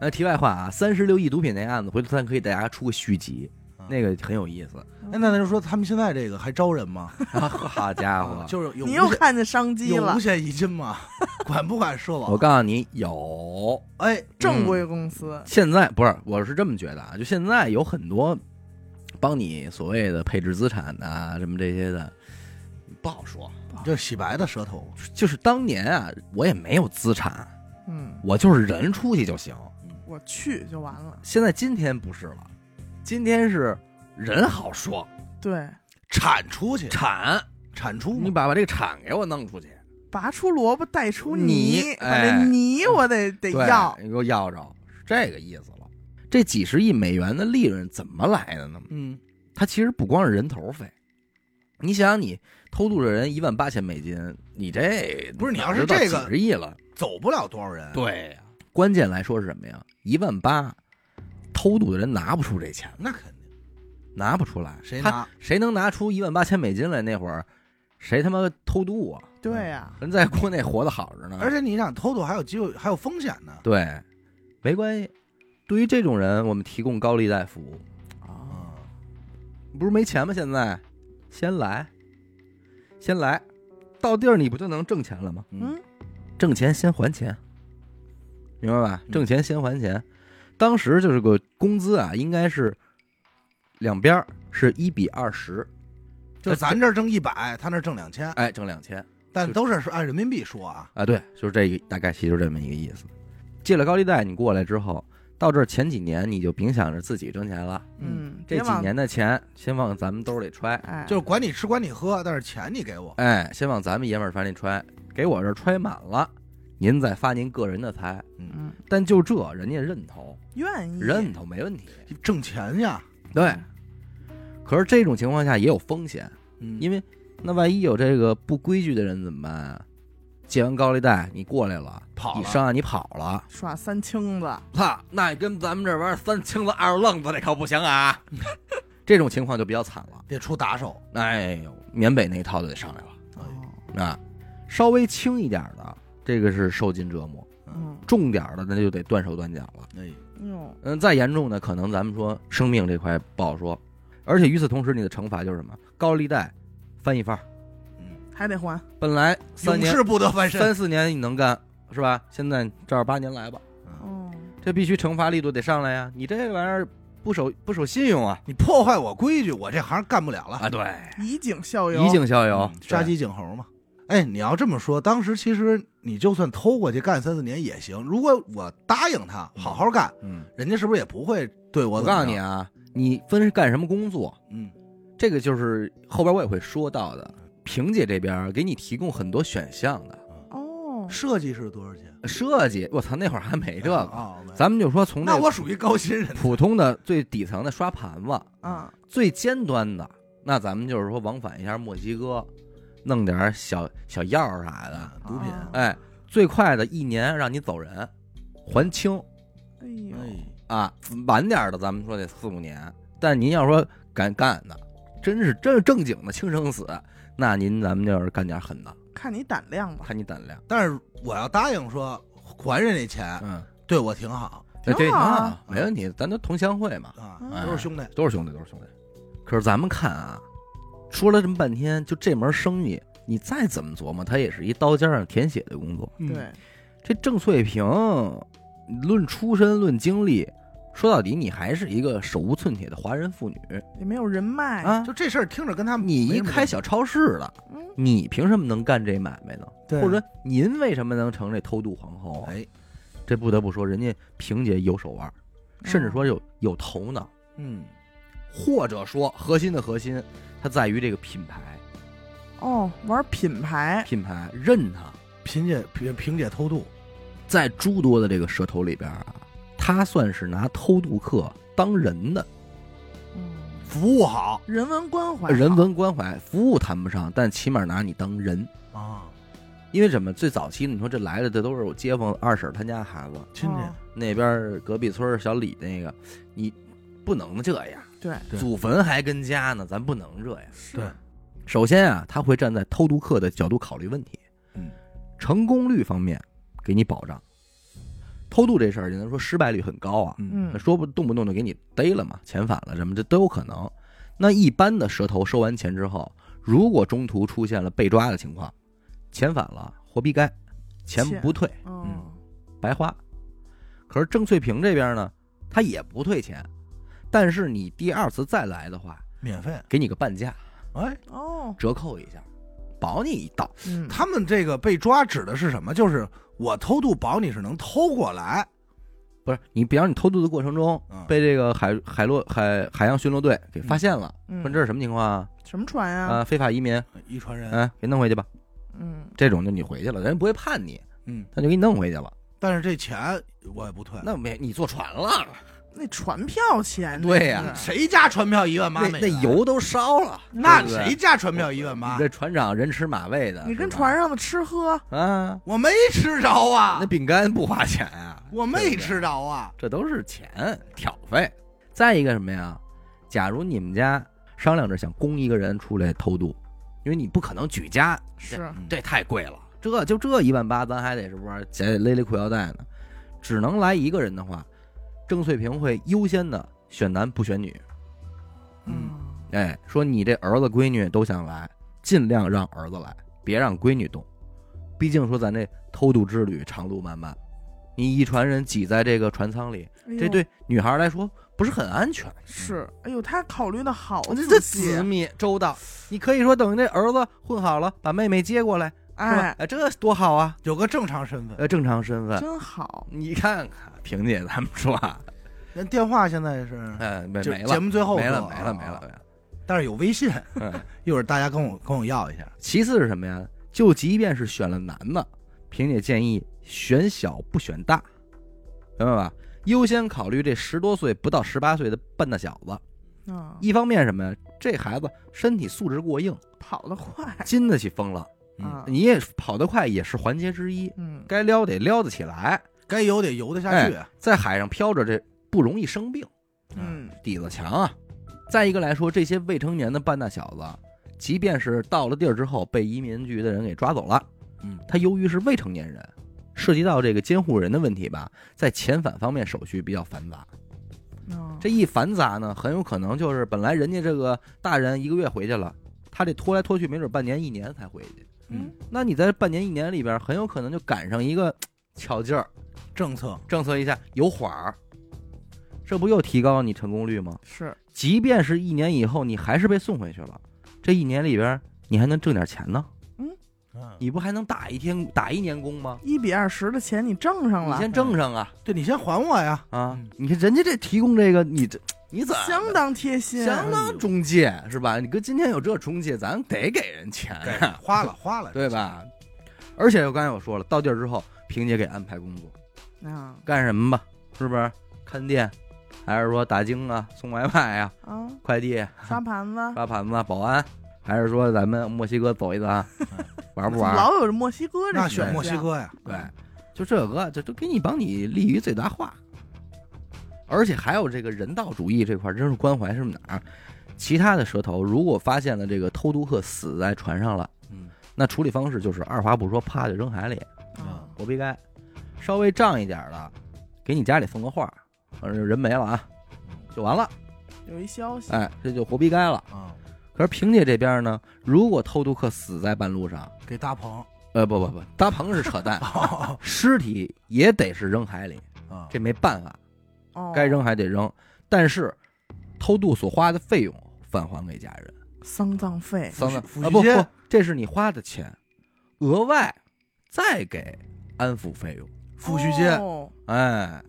[SPEAKER 1] 那题外话啊，三十六亿毒品那案子，回头咱可以给大家出个续集，
[SPEAKER 2] 啊
[SPEAKER 1] 那个很有意思。
[SPEAKER 2] 哎，那咱就说他们现在这个还招人吗？
[SPEAKER 1] 啊好家伙，
[SPEAKER 2] 就是有
[SPEAKER 3] 你
[SPEAKER 2] 五
[SPEAKER 3] 又
[SPEAKER 2] 险
[SPEAKER 3] 看见商机
[SPEAKER 2] 有
[SPEAKER 3] 了
[SPEAKER 2] 五，险一金吗？ 管不管社
[SPEAKER 1] 我
[SPEAKER 2] 保？
[SPEAKER 1] 告诉你，有
[SPEAKER 2] 哎，
[SPEAKER 3] 正规公司，
[SPEAKER 1] 现在不是，我是这么觉得啊，就现在有很多帮你所谓的配置资产的啊，什么这些的，不好说。
[SPEAKER 2] 这洗白的舌头，
[SPEAKER 1] 就是当年啊，我也没有资产，
[SPEAKER 3] 嗯，
[SPEAKER 1] 我就是人出去就行。
[SPEAKER 3] 我去就完了，
[SPEAKER 1] 现在今天不是了，今天是人好说，
[SPEAKER 3] 对，
[SPEAKER 2] 产出去，
[SPEAKER 1] 产，
[SPEAKER 2] 产出
[SPEAKER 1] 你
[SPEAKER 2] 嘛，
[SPEAKER 1] 把把这个产给我弄出去，
[SPEAKER 3] 拔出萝卜带出
[SPEAKER 1] 泥
[SPEAKER 3] 泥，把这
[SPEAKER 1] 哎
[SPEAKER 3] 泥我得得
[SPEAKER 1] 对嗯
[SPEAKER 3] 要，
[SPEAKER 1] 你给我要着，是这个意思了。这几十亿美元的利润怎么来的呢？
[SPEAKER 2] 嗯，
[SPEAKER 1] 它其实不光是人头费，你想想，你偷渡的人一万八千美金，你这
[SPEAKER 2] 不是你要
[SPEAKER 1] 哪
[SPEAKER 2] 是
[SPEAKER 1] 就到
[SPEAKER 2] 这个
[SPEAKER 1] 几十亿了，
[SPEAKER 2] 走不了多少人，
[SPEAKER 1] 对呀、关键来说是什么呀？一万八，偷渡的人拿不出这钱，
[SPEAKER 2] 那肯定，
[SPEAKER 1] 拿不出来。
[SPEAKER 2] 谁
[SPEAKER 1] 他？嗯
[SPEAKER 2] 拿？
[SPEAKER 1] 谁能拿出一万八千美金来？那会儿谁他妈偷渡啊？
[SPEAKER 3] 对呀，
[SPEAKER 1] 人在国内活得好着呢。
[SPEAKER 2] 而且你想偷渡还有机会，还有风险呢。
[SPEAKER 1] 对，没关系。对于这种人，我们提供高利贷服务，啊
[SPEAKER 3] 哦
[SPEAKER 1] 不是没钱吗？现在先来，先来，到地儿你不就能挣钱了吗？
[SPEAKER 2] 嗯
[SPEAKER 3] 嗯，
[SPEAKER 1] 挣钱先还钱，明白吧？
[SPEAKER 2] 嗯
[SPEAKER 1] 挣钱先还钱。当时就是个工资啊，应该是两边儿是一比二十，
[SPEAKER 2] 就咱这儿挣一百，他那儿挣两千，
[SPEAKER 1] 哎挣两千。
[SPEAKER 2] 但
[SPEAKER 1] 呃就
[SPEAKER 2] 都是说按人民币说啊。
[SPEAKER 1] 啊，对，就是这个，大概其实就这么一个意思。借了高利贷，你过来之后，到这儿前几年你就别想着自己挣钱了，
[SPEAKER 3] 嗯，
[SPEAKER 1] 这
[SPEAKER 3] 别
[SPEAKER 1] 几
[SPEAKER 3] 往
[SPEAKER 1] 年的钱先往咱们兜里揣，
[SPEAKER 3] 哎，
[SPEAKER 2] 就是管你吃管你喝，但是钱你给我，
[SPEAKER 1] 哎，先往咱们爷们儿怀里揣，给我这儿揣满了，您再发您个人的财。
[SPEAKER 3] 嗯
[SPEAKER 1] 但就这，人家认同，
[SPEAKER 3] 愿意
[SPEAKER 1] 认同没问题。
[SPEAKER 2] 挣钱呀。
[SPEAKER 1] 对，可是这种情况下也有风险，
[SPEAKER 2] 嗯
[SPEAKER 1] 因为那万一有这个不规矩的人怎么办啊？借完高利贷，你过来了，
[SPEAKER 2] 跑
[SPEAKER 1] 你
[SPEAKER 2] 了
[SPEAKER 1] 上岸你跑了，
[SPEAKER 3] 耍三清子，
[SPEAKER 1] 操，那你跟咱们这玩意儿三青子二愣子那可不行啊！这种情况就比较惨了。
[SPEAKER 2] 得出打手，
[SPEAKER 1] 哎呦，缅北那一套就得上来了
[SPEAKER 2] 哎
[SPEAKER 3] 哦
[SPEAKER 1] 啊！稍微轻一点的，这个是受尽折磨；
[SPEAKER 3] 嗯，
[SPEAKER 1] 重点的那就得断手断脚了。
[SPEAKER 2] 哎，
[SPEAKER 3] 哟，
[SPEAKER 1] 嗯，再严重的，可能咱们说生命这块不好说。而且与此同时，你的惩罚就是什么？高利贷翻一番儿，
[SPEAKER 2] 嗯，
[SPEAKER 3] 还得还，
[SPEAKER 1] 本来三
[SPEAKER 2] 永
[SPEAKER 1] 年、
[SPEAKER 2] 世不得翻身。
[SPEAKER 1] 三四年你能干是吧？现在正儿八年来吧，
[SPEAKER 2] 嗯
[SPEAKER 3] 哦，
[SPEAKER 1] 这必须惩罚力度得上来呀！你这玩意儿不守不守信用啊！
[SPEAKER 2] 你破坏我规矩，我这行干不了了。
[SPEAKER 1] 啊，对，
[SPEAKER 3] 以儆效尤，
[SPEAKER 1] 以儆效尤
[SPEAKER 2] 嗯，杀鸡儆猴嘛。哎，你要这么说，当时其实你就算偷过去干三四年也行。如果我答应他好好干，
[SPEAKER 1] 对。嗯，
[SPEAKER 2] 人家是不是也不会对我
[SPEAKER 1] 我
[SPEAKER 2] 怎么
[SPEAKER 1] 告
[SPEAKER 2] 样？
[SPEAKER 1] 诉你啊，你分干什么工作，
[SPEAKER 2] 嗯，
[SPEAKER 1] 这个就是后边我也会说到的。萍姐这边给你提供很多选项的
[SPEAKER 3] 哦，
[SPEAKER 2] 设计是多少钱？
[SPEAKER 1] 设计，我操，那会儿还没这个，
[SPEAKER 2] 啊，没
[SPEAKER 1] 咱们就说从
[SPEAKER 2] 那
[SPEAKER 1] 这
[SPEAKER 2] 我属于高薪人。
[SPEAKER 1] 普通的最底层的刷盘子，
[SPEAKER 3] 啊，
[SPEAKER 1] 最尖端的，那咱们就是说往返一下墨西哥，弄点小小药啥的，
[SPEAKER 2] 毒品，
[SPEAKER 3] 啊
[SPEAKER 1] 哎，最快的一年让你走人，还清，
[SPEAKER 3] 哎呦，
[SPEAKER 2] 哎，
[SPEAKER 1] 啊，晚点儿的咱们说得四五年，但您要说敢干的，真是真是正经的轻生死，那您咱们就是干点狠的，
[SPEAKER 3] 看你胆量吧，
[SPEAKER 1] 看你胆量。
[SPEAKER 2] 但是我要答应说还人家钱，
[SPEAKER 1] 嗯，
[SPEAKER 2] 对我挺好
[SPEAKER 1] 那这
[SPEAKER 3] 挺好啊
[SPEAKER 1] 啊没问题，咱都同乡会嘛，
[SPEAKER 2] 啊
[SPEAKER 3] 嗯，
[SPEAKER 2] 都是兄弟。
[SPEAKER 1] 都是兄弟，都是兄弟。可是咱们看啊，说了这么半天，就这门生意，你再怎么琢磨，它也是一刀尖上舔血的工作。
[SPEAKER 2] 嗯，
[SPEAKER 3] 对，
[SPEAKER 1] 这郑翠萍，论出身论经历，说到底你还是一个手无寸铁的华人妇女
[SPEAKER 3] 也没有人脉，
[SPEAKER 1] 啊
[SPEAKER 2] 嗯就。这事儿听着跟他们
[SPEAKER 1] 你
[SPEAKER 2] 没
[SPEAKER 1] 一
[SPEAKER 2] 什么
[SPEAKER 1] 开小超市的，
[SPEAKER 3] 嗯，
[SPEAKER 1] 你凭什么能干这买卖呢？
[SPEAKER 2] 对
[SPEAKER 1] 或者说您为什么能成这偷渡皇后
[SPEAKER 2] 关
[SPEAKER 1] 啊？
[SPEAKER 2] 系，哎，
[SPEAKER 1] 这不得不说，人家萍姐有手腕，
[SPEAKER 2] 哦
[SPEAKER 1] 甚至说有有头脑，
[SPEAKER 2] 嗯，
[SPEAKER 1] 或者说核心的核心，它在于这个品牌，
[SPEAKER 3] 哦，玩品
[SPEAKER 2] 哎
[SPEAKER 3] 牌，
[SPEAKER 1] 品牌认它，
[SPEAKER 2] 萍姐萍萍姐偷渡，
[SPEAKER 1] 在诸多的这个蛇头里边啊，他算是拿偷渡客当人的，
[SPEAKER 3] 嗯，
[SPEAKER 2] 服务好
[SPEAKER 3] 人文关怀，哦
[SPEAKER 1] 人，文关怀服务谈不上，但起码拿你当人。
[SPEAKER 2] 啊，
[SPEAKER 1] 因为什么？最早期你说这来的这都是我街坊二婶她家孩子，
[SPEAKER 2] 亲戚。
[SPEAKER 3] 哦
[SPEAKER 1] 那边儿隔壁村儿小李那个，你不能这样，
[SPEAKER 3] 对，
[SPEAKER 2] 对
[SPEAKER 1] 祖坟还跟家呢，咱不能这样。
[SPEAKER 3] 是
[SPEAKER 2] 对，
[SPEAKER 1] 首先啊，他会站在偷渡客的角度考虑问题，
[SPEAKER 2] 嗯，
[SPEAKER 1] 成功率方面给你保障。偷渡这事儿，人家说失败率很高啊，
[SPEAKER 2] 嗯
[SPEAKER 3] 嗯，
[SPEAKER 1] 说不动不动就给你逮了嘛，遣返了什么，这都有可能。那一般的蛇头收完钱之后，如果中途出现了被抓的情况，遣返了，活逼该，钱
[SPEAKER 3] 钱
[SPEAKER 1] 不退，
[SPEAKER 3] 哦，
[SPEAKER 1] 嗯白花。可是郑翠萍这边呢，她也不退钱，但是你第二次再来的话，
[SPEAKER 2] 免费。
[SPEAKER 1] 给你个半价，
[SPEAKER 2] 哎，
[SPEAKER 3] 哦，
[SPEAKER 1] 折扣一下，保你一道。
[SPEAKER 3] 嗯，
[SPEAKER 2] 他们这个被抓指的是什么？就是我偷渡保你是能偷过来，
[SPEAKER 1] 不是你，比方你偷渡的过程中
[SPEAKER 2] 嗯
[SPEAKER 1] 被这个海海洛海海洋巡逻队给发现了，问这
[SPEAKER 3] 是
[SPEAKER 1] 是什么情况啊？
[SPEAKER 3] 嗯什么船呀？
[SPEAKER 1] 啊，非法移民，
[SPEAKER 2] 一船人。
[SPEAKER 1] 嗯，给弄回去吧。
[SPEAKER 3] 嗯，
[SPEAKER 1] 这种就你回去了，人家不会判你，
[SPEAKER 2] 嗯，
[SPEAKER 1] 他就给你弄回去了。
[SPEAKER 2] 但是这钱我也不退。
[SPEAKER 1] 那没你坐船了，
[SPEAKER 3] 那船票钱，
[SPEAKER 1] 对呀
[SPEAKER 3] 那是
[SPEAKER 2] 谁家船票一万八
[SPEAKER 1] 那
[SPEAKER 2] 美
[SPEAKER 1] 那
[SPEAKER 2] 元？
[SPEAKER 1] 油都烧了，
[SPEAKER 2] 那
[SPEAKER 1] 对不对
[SPEAKER 2] 谁家船票一万
[SPEAKER 1] 你
[SPEAKER 2] 八
[SPEAKER 1] 这？船长人吃马喂的，
[SPEAKER 3] 你跟
[SPEAKER 1] 啊是吧
[SPEAKER 3] 船上的吃喝，
[SPEAKER 1] 啊，
[SPEAKER 2] 我没吃着啊
[SPEAKER 1] 那，饼干不花钱啊，
[SPEAKER 2] 我
[SPEAKER 1] 对
[SPEAKER 2] 没
[SPEAKER 1] 不对
[SPEAKER 2] 吃着啊。
[SPEAKER 1] 这都是钱挑费。再一个什么呀？假如你们家商量着想供一个人出来偷渡，因为你不可能举家，
[SPEAKER 3] 是
[SPEAKER 2] 嗯
[SPEAKER 1] 这太贵了，这就这一万八，咱还得是不是得勒勒裤腰带呢？只能来一个人的话，郑翠萍会优先的选男不选女。
[SPEAKER 2] 嗯，
[SPEAKER 1] 哎，说你这儿子闺女都想来，尽量让儿子来，别让闺女动。毕竟说咱这偷渡之旅长路漫漫，你一船人挤在这个船舱里，
[SPEAKER 3] 哎呦
[SPEAKER 1] 这对女孩来说不是很安全。
[SPEAKER 3] 是，哎呦，他考虑的好
[SPEAKER 1] 这
[SPEAKER 3] 仔
[SPEAKER 1] 这
[SPEAKER 3] 细
[SPEAKER 1] 缜，密周到，你可以说等于那儿子混好了，把妹妹接过来，是吧
[SPEAKER 3] 哎，
[SPEAKER 1] 哎，这多好啊！
[SPEAKER 2] 有个正常身份。
[SPEAKER 1] 呃，正常身份，
[SPEAKER 3] 真好，
[SPEAKER 1] 你看看，萍姐，咱们说啊，
[SPEAKER 2] 那电话现在是，
[SPEAKER 1] 嗯，没
[SPEAKER 2] 就
[SPEAKER 1] 没
[SPEAKER 2] 节
[SPEAKER 1] 了，
[SPEAKER 2] 目最后
[SPEAKER 1] 没了，
[SPEAKER 2] 说
[SPEAKER 1] 没了，没
[SPEAKER 2] 啊
[SPEAKER 1] 了，没了。
[SPEAKER 2] 但是有微信，
[SPEAKER 1] 嗯，
[SPEAKER 2] 一会儿大家跟我跟我要一下。
[SPEAKER 1] 其次是什么呀？就即便是选了男的，萍姐建议选小不选大，明白吧？优先考虑这十多岁不到十八岁的半大小子。
[SPEAKER 3] 嗯，
[SPEAKER 1] 一方面什么呀？这孩子身体素质过硬，
[SPEAKER 3] 跑得快
[SPEAKER 1] 经得起风浪。
[SPEAKER 2] 嗯
[SPEAKER 3] 啊，
[SPEAKER 1] 你也跑得快也是环节之一，
[SPEAKER 3] 嗯，
[SPEAKER 1] 该撩得撩得起来，
[SPEAKER 2] 该游得游得下去。啊
[SPEAKER 1] 在海上漂着这不容易生病，
[SPEAKER 3] 嗯，
[SPEAKER 1] 底子强啊。再一个来说，这些未成年的半大小子，即便是到了地儿之后被移民局的人给抓走了，
[SPEAKER 2] 嗯，
[SPEAKER 1] 他由于是未成年人，涉及到这个监护人的问题吧，在遣返方面手续比较繁杂。
[SPEAKER 3] 嗯
[SPEAKER 1] 这一繁杂呢，很有可能就是本来人家这个大人一个月回去了，他这拖来拖去，没准半年一年才回去。
[SPEAKER 2] 嗯，
[SPEAKER 1] 那你在半年一年里边，很有可能就赶上一个巧劲儿，
[SPEAKER 2] 政策
[SPEAKER 1] 政策一下有缓儿，这不又提高你成功率吗？
[SPEAKER 3] 是，
[SPEAKER 1] 即便是一年以后你还是被送回去了，这一年里边你还能挣点钱呢，
[SPEAKER 2] 嗯，
[SPEAKER 1] 你不还能打一天打一年工吗？
[SPEAKER 3] 一比二十的钱你挣上
[SPEAKER 1] 你
[SPEAKER 3] 了，
[SPEAKER 1] 先挣上啊
[SPEAKER 2] 对你先还我呀。
[SPEAKER 1] 啊
[SPEAKER 2] 嗯！
[SPEAKER 1] 你看人家这提供这个，你这你怎么
[SPEAKER 3] 相当贴心，
[SPEAKER 1] 相当中介是吧？你哥今天有这中介，咱得给人钱
[SPEAKER 2] 给
[SPEAKER 1] 呀，
[SPEAKER 2] 花了花了，
[SPEAKER 1] 哎对吧？而且我刚才我说了，到地儿之后，萍姐给安排工作，
[SPEAKER 3] 啊
[SPEAKER 1] 干什么吧？是不是看店，还是说打更啊、送外卖啊、
[SPEAKER 3] 啊，
[SPEAKER 1] 快递、
[SPEAKER 3] 刷盘子，
[SPEAKER 1] 刷盘子、啊保安，还是说咱们墨西哥走一趟啊，玩不玩？
[SPEAKER 3] 老有墨西哥这
[SPEAKER 2] 那
[SPEAKER 3] 选
[SPEAKER 2] 选墨西
[SPEAKER 3] 项，
[SPEAKER 2] 哥呀。
[SPEAKER 1] 对，就这个，这都给你帮你利于最大化。而且还有这个人道主义这块儿，真是关怀是哪儿？其他的蛇头如果发现了这个偷渡客死在船上了，
[SPEAKER 2] 嗯，
[SPEAKER 1] 那处理方式就是二话不说，啪就扔海里，
[SPEAKER 3] 啊
[SPEAKER 1] 活逼该。稍微仗一点儿的，给你家里送个话，反正人没了啊，就完了。
[SPEAKER 3] 有一消息，
[SPEAKER 1] 哎，这就活逼该了。
[SPEAKER 2] 啊，
[SPEAKER 1] 可是萍姐这边呢，如果偷渡客死在半路上，
[SPEAKER 2] 给大鹏，
[SPEAKER 1] 呃，不不不，搭棚是扯淡
[SPEAKER 2] 啊
[SPEAKER 1] 尸体也得是扔海里，
[SPEAKER 2] 啊
[SPEAKER 1] 这没办法，
[SPEAKER 3] 哦，
[SPEAKER 1] 该扔还得扔。但是偷渡所花的费用返还给家人，
[SPEAKER 3] 丧葬费，
[SPEAKER 1] 丧葬
[SPEAKER 2] 抚恤
[SPEAKER 1] 啊不
[SPEAKER 2] 抚恤金
[SPEAKER 1] 不，这是你花的钱，额外再给安抚费用。
[SPEAKER 2] 抚恤金，
[SPEAKER 3] 哦
[SPEAKER 1] 哎
[SPEAKER 2] 哎，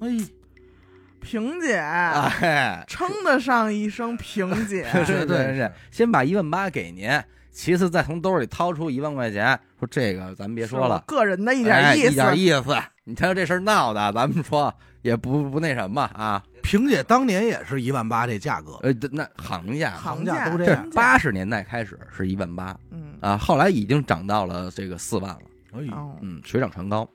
[SPEAKER 3] 萍姐
[SPEAKER 1] 哎，
[SPEAKER 3] 称得上一声萍 姐，
[SPEAKER 1] 对
[SPEAKER 2] 绝
[SPEAKER 1] 对
[SPEAKER 2] 对
[SPEAKER 1] 对对
[SPEAKER 2] 是，
[SPEAKER 1] 先把一万八给您，其次再从兜里掏出一万块钱，说这个咱别说了
[SPEAKER 3] 是我，个人的一
[SPEAKER 1] 哎
[SPEAKER 3] 点意
[SPEAKER 1] 一
[SPEAKER 3] 思，
[SPEAKER 1] 点意思。你瞧这事儿闹的，咱们说也不不那什么啊，
[SPEAKER 2] 萍姐当年也是一万八这价格，
[SPEAKER 1] 呃，那行家
[SPEAKER 3] 行
[SPEAKER 2] 行
[SPEAKER 3] 价
[SPEAKER 2] 价都这
[SPEAKER 1] 这
[SPEAKER 2] 样
[SPEAKER 3] 行价
[SPEAKER 1] 八十年代开始是一万八
[SPEAKER 3] 嗯，
[SPEAKER 1] 啊，后来已经涨到了这个四万了，
[SPEAKER 2] 哎，
[SPEAKER 3] 哦，
[SPEAKER 1] 嗯，水涨船高。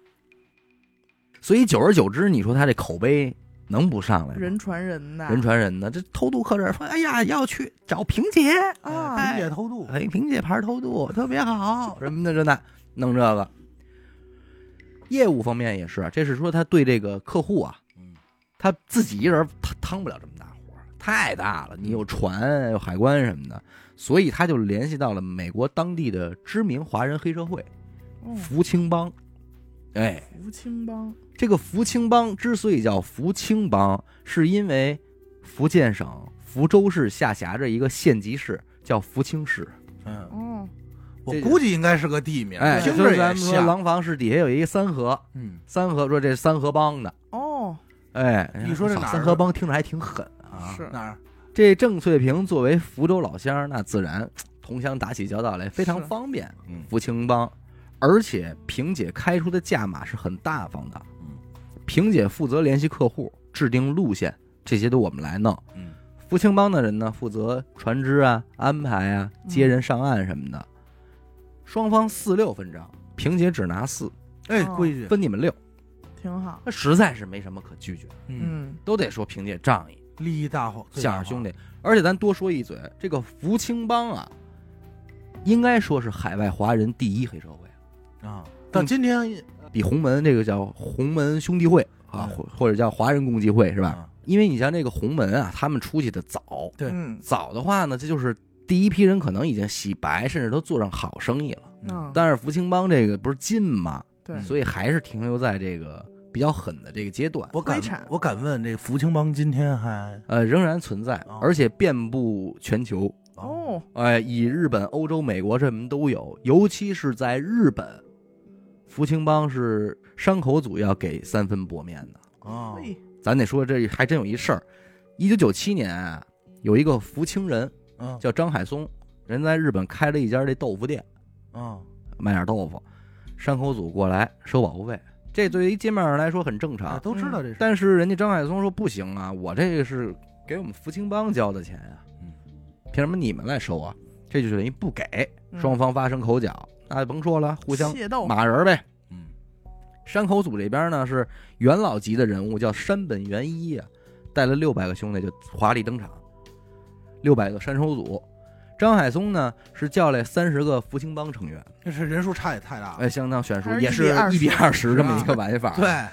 [SPEAKER 1] 所以久而久之，你说他这口碑能不上来吗？
[SPEAKER 3] 人传人呐，
[SPEAKER 1] 人传人呢，这偷渡客这儿说，哎呀，要去找萍姐，
[SPEAKER 3] 啊
[SPEAKER 1] 哎，
[SPEAKER 2] 萍姐偷渡，
[SPEAKER 1] 哎，萍姐牌偷渡特别好，什么的这那，弄这个。业务方面也是，啊这是说他对这个客户啊，
[SPEAKER 2] 嗯
[SPEAKER 1] 他自己一人他趟不了这么大活儿，太大了。你有船，有海关什么的，所以他就联系到了美国当地的知名华人黑社会
[SPEAKER 3] 哦
[SPEAKER 1] 福清帮。哎，
[SPEAKER 3] 福清帮，
[SPEAKER 1] 这个福清帮之所以叫福清帮，是因为福建省福州市下辖着一个县级市叫福清市。
[SPEAKER 2] 嗯，
[SPEAKER 3] 哦，
[SPEAKER 2] 我
[SPEAKER 1] 这
[SPEAKER 2] 估计应该是个地名，
[SPEAKER 1] 哎，
[SPEAKER 2] 听
[SPEAKER 1] 就
[SPEAKER 2] 着
[SPEAKER 1] 是咱
[SPEAKER 2] 也
[SPEAKER 1] 们说
[SPEAKER 2] 像，
[SPEAKER 1] 廊坊市底下有一个三河，
[SPEAKER 2] 嗯
[SPEAKER 1] 三河说这三河帮的，
[SPEAKER 3] 哦，
[SPEAKER 1] 哎，
[SPEAKER 2] 你说这哪儿啊
[SPEAKER 1] 三河帮听着还挺狠啊。
[SPEAKER 3] 是
[SPEAKER 2] 哪儿？
[SPEAKER 1] 这郑翠萍作为福州老乡，那自然同乡打起交道来非常
[SPEAKER 3] 是
[SPEAKER 1] 方便。
[SPEAKER 2] 嗯
[SPEAKER 1] 福清帮，而且萍姐开出的价码是很大方的。
[SPEAKER 2] 嗯，
[SPEAKER 1] 萍姐负责联系客户、制定路线，这些都我们来弄。
[SPEAKER 2] 嗯，
[SPEAKER 1] 福清帮的人呢，负责船只啊、安排啊、接
[SPEAKER 2] 嗯
[SPEAKER 1] 人上岸什么的。双方四六分账，萍姐只拿四，
[SPEAKER 2] 哎，
[SPEAKER 3] 哦
[SPEAKER 2] 规矩，
[SPEAKER 1] 分你们六。
[SPEAKER 3] 挺好，
[SPEAKER 1] 那实在是没什么可拒绝，
[SPEAKER 2] 嗯，
[SPEAKER 3] 嗯，
[SPEAKER 1] 都得说凭借仗义，
[SPEAKER 2] 利益大伙，
[SPEAKER 1] 相声兄
[SPEAKER 2] 弟，
[SPEAKER 1] 弟。而且咱多说一嘴，这个福清帮啊，应该说是海外华人第一黑社会，
[SPEAKER 2] 啊，
[SPEAKER 1] 嗯
[SPEAKER 2] 到今天
[SPEAKER 1] 比洪门这个叫洪门兄弟会啊，
[SPEAKER 2] 嗯
[SPEAKER 1] 或或者叫华人共济会是吧？
[SPEAKER 2] 啊
[SPEAKER 1] 因为你像那个洪门啊，他们出去的早，
[SPEAKER 2] 对
[SPEAKER 3] 嗯
[SPEAKER 1] 早的话呢，这就是第一批人可能已经洗白，甚至都做上好生意了。
[SPEAKER 3] 嗯，
[SPEAKER 1] 但是福清帮这个不是近嘛，
[SPEAKER 3] 对，
[SPEAKER 1] 所以还是停留在这个比较狠的这个阶段，
[SPEAKER 2] 我敢
[SPEAKER 3] 灰产
[SPEAKER 2] 我敢问，这福清帮今天还啊
[SPEAKER 1] 呃，仍然存在
[SPEAKER 2] 哦，
[SPEAKER 1] 而且遍布全球。
[SPEAKER 3] 哦，
[SPEAKER 1] 哎，以日本、欧洲、美国这门都有，尤其是在日本，福清帮是山口组要给三分薄面的。
[SPEAKER 2] 哦
[SPEAKER 3] 嘿
[SPEAKER 1] 咱得说这还真有一事儿。一九九七年啊，有一个福清人
[SPEAKER 2] 嗯
[SPEAKER 1] 叫张海松，人在日本开了一家这豆腐店，
[SPEAKER 2] 嗯
[SPEAKER 1] 卖点豆腐。山口组过来收保护费，这对于一街面上来说很正
[SPEAKER 2] 啊，
[SPEAKER 1] 常。
[SPEAKER 2] 都知道
[SPEAKER 3] 嗯
[SPEAKER 2] 这事，
[SPEAKER 1] 但是人家张海松说不行啊，我这个是给我们福清帮交的钱啊，
[SPEAKER 2] 嗯
[SPEAKER 1] 凭什么你们来收啊？这就等于不给，
[SPEAKER 3] 嗯
[SPEAKER 1] 双方发生口角，那甭说了，互相
[SPEAKER 3] 械斗，
[SPEAKER 1] 骂人呗。
[SPEAKER 2] 嗯
[SPEAKER 1] 山口组这边呢是元老级的人物，叫山本元一啊，带了六百个兄弟就华丽登场，六百个山手组。张海松呢是叫来三十个福清帮成员，
[SPEAKER 2] 这是人数差也太大了，
[SPEAKER 1] 哎，相当悬殊
[SPEAKER 3] 还，是
[SPEAKER 1] 也是
[SPEAKER 3] 1:20
[SPEAKER 1] 一比二十这么一个玩法。
[SPEAKER 2] 啊 对，，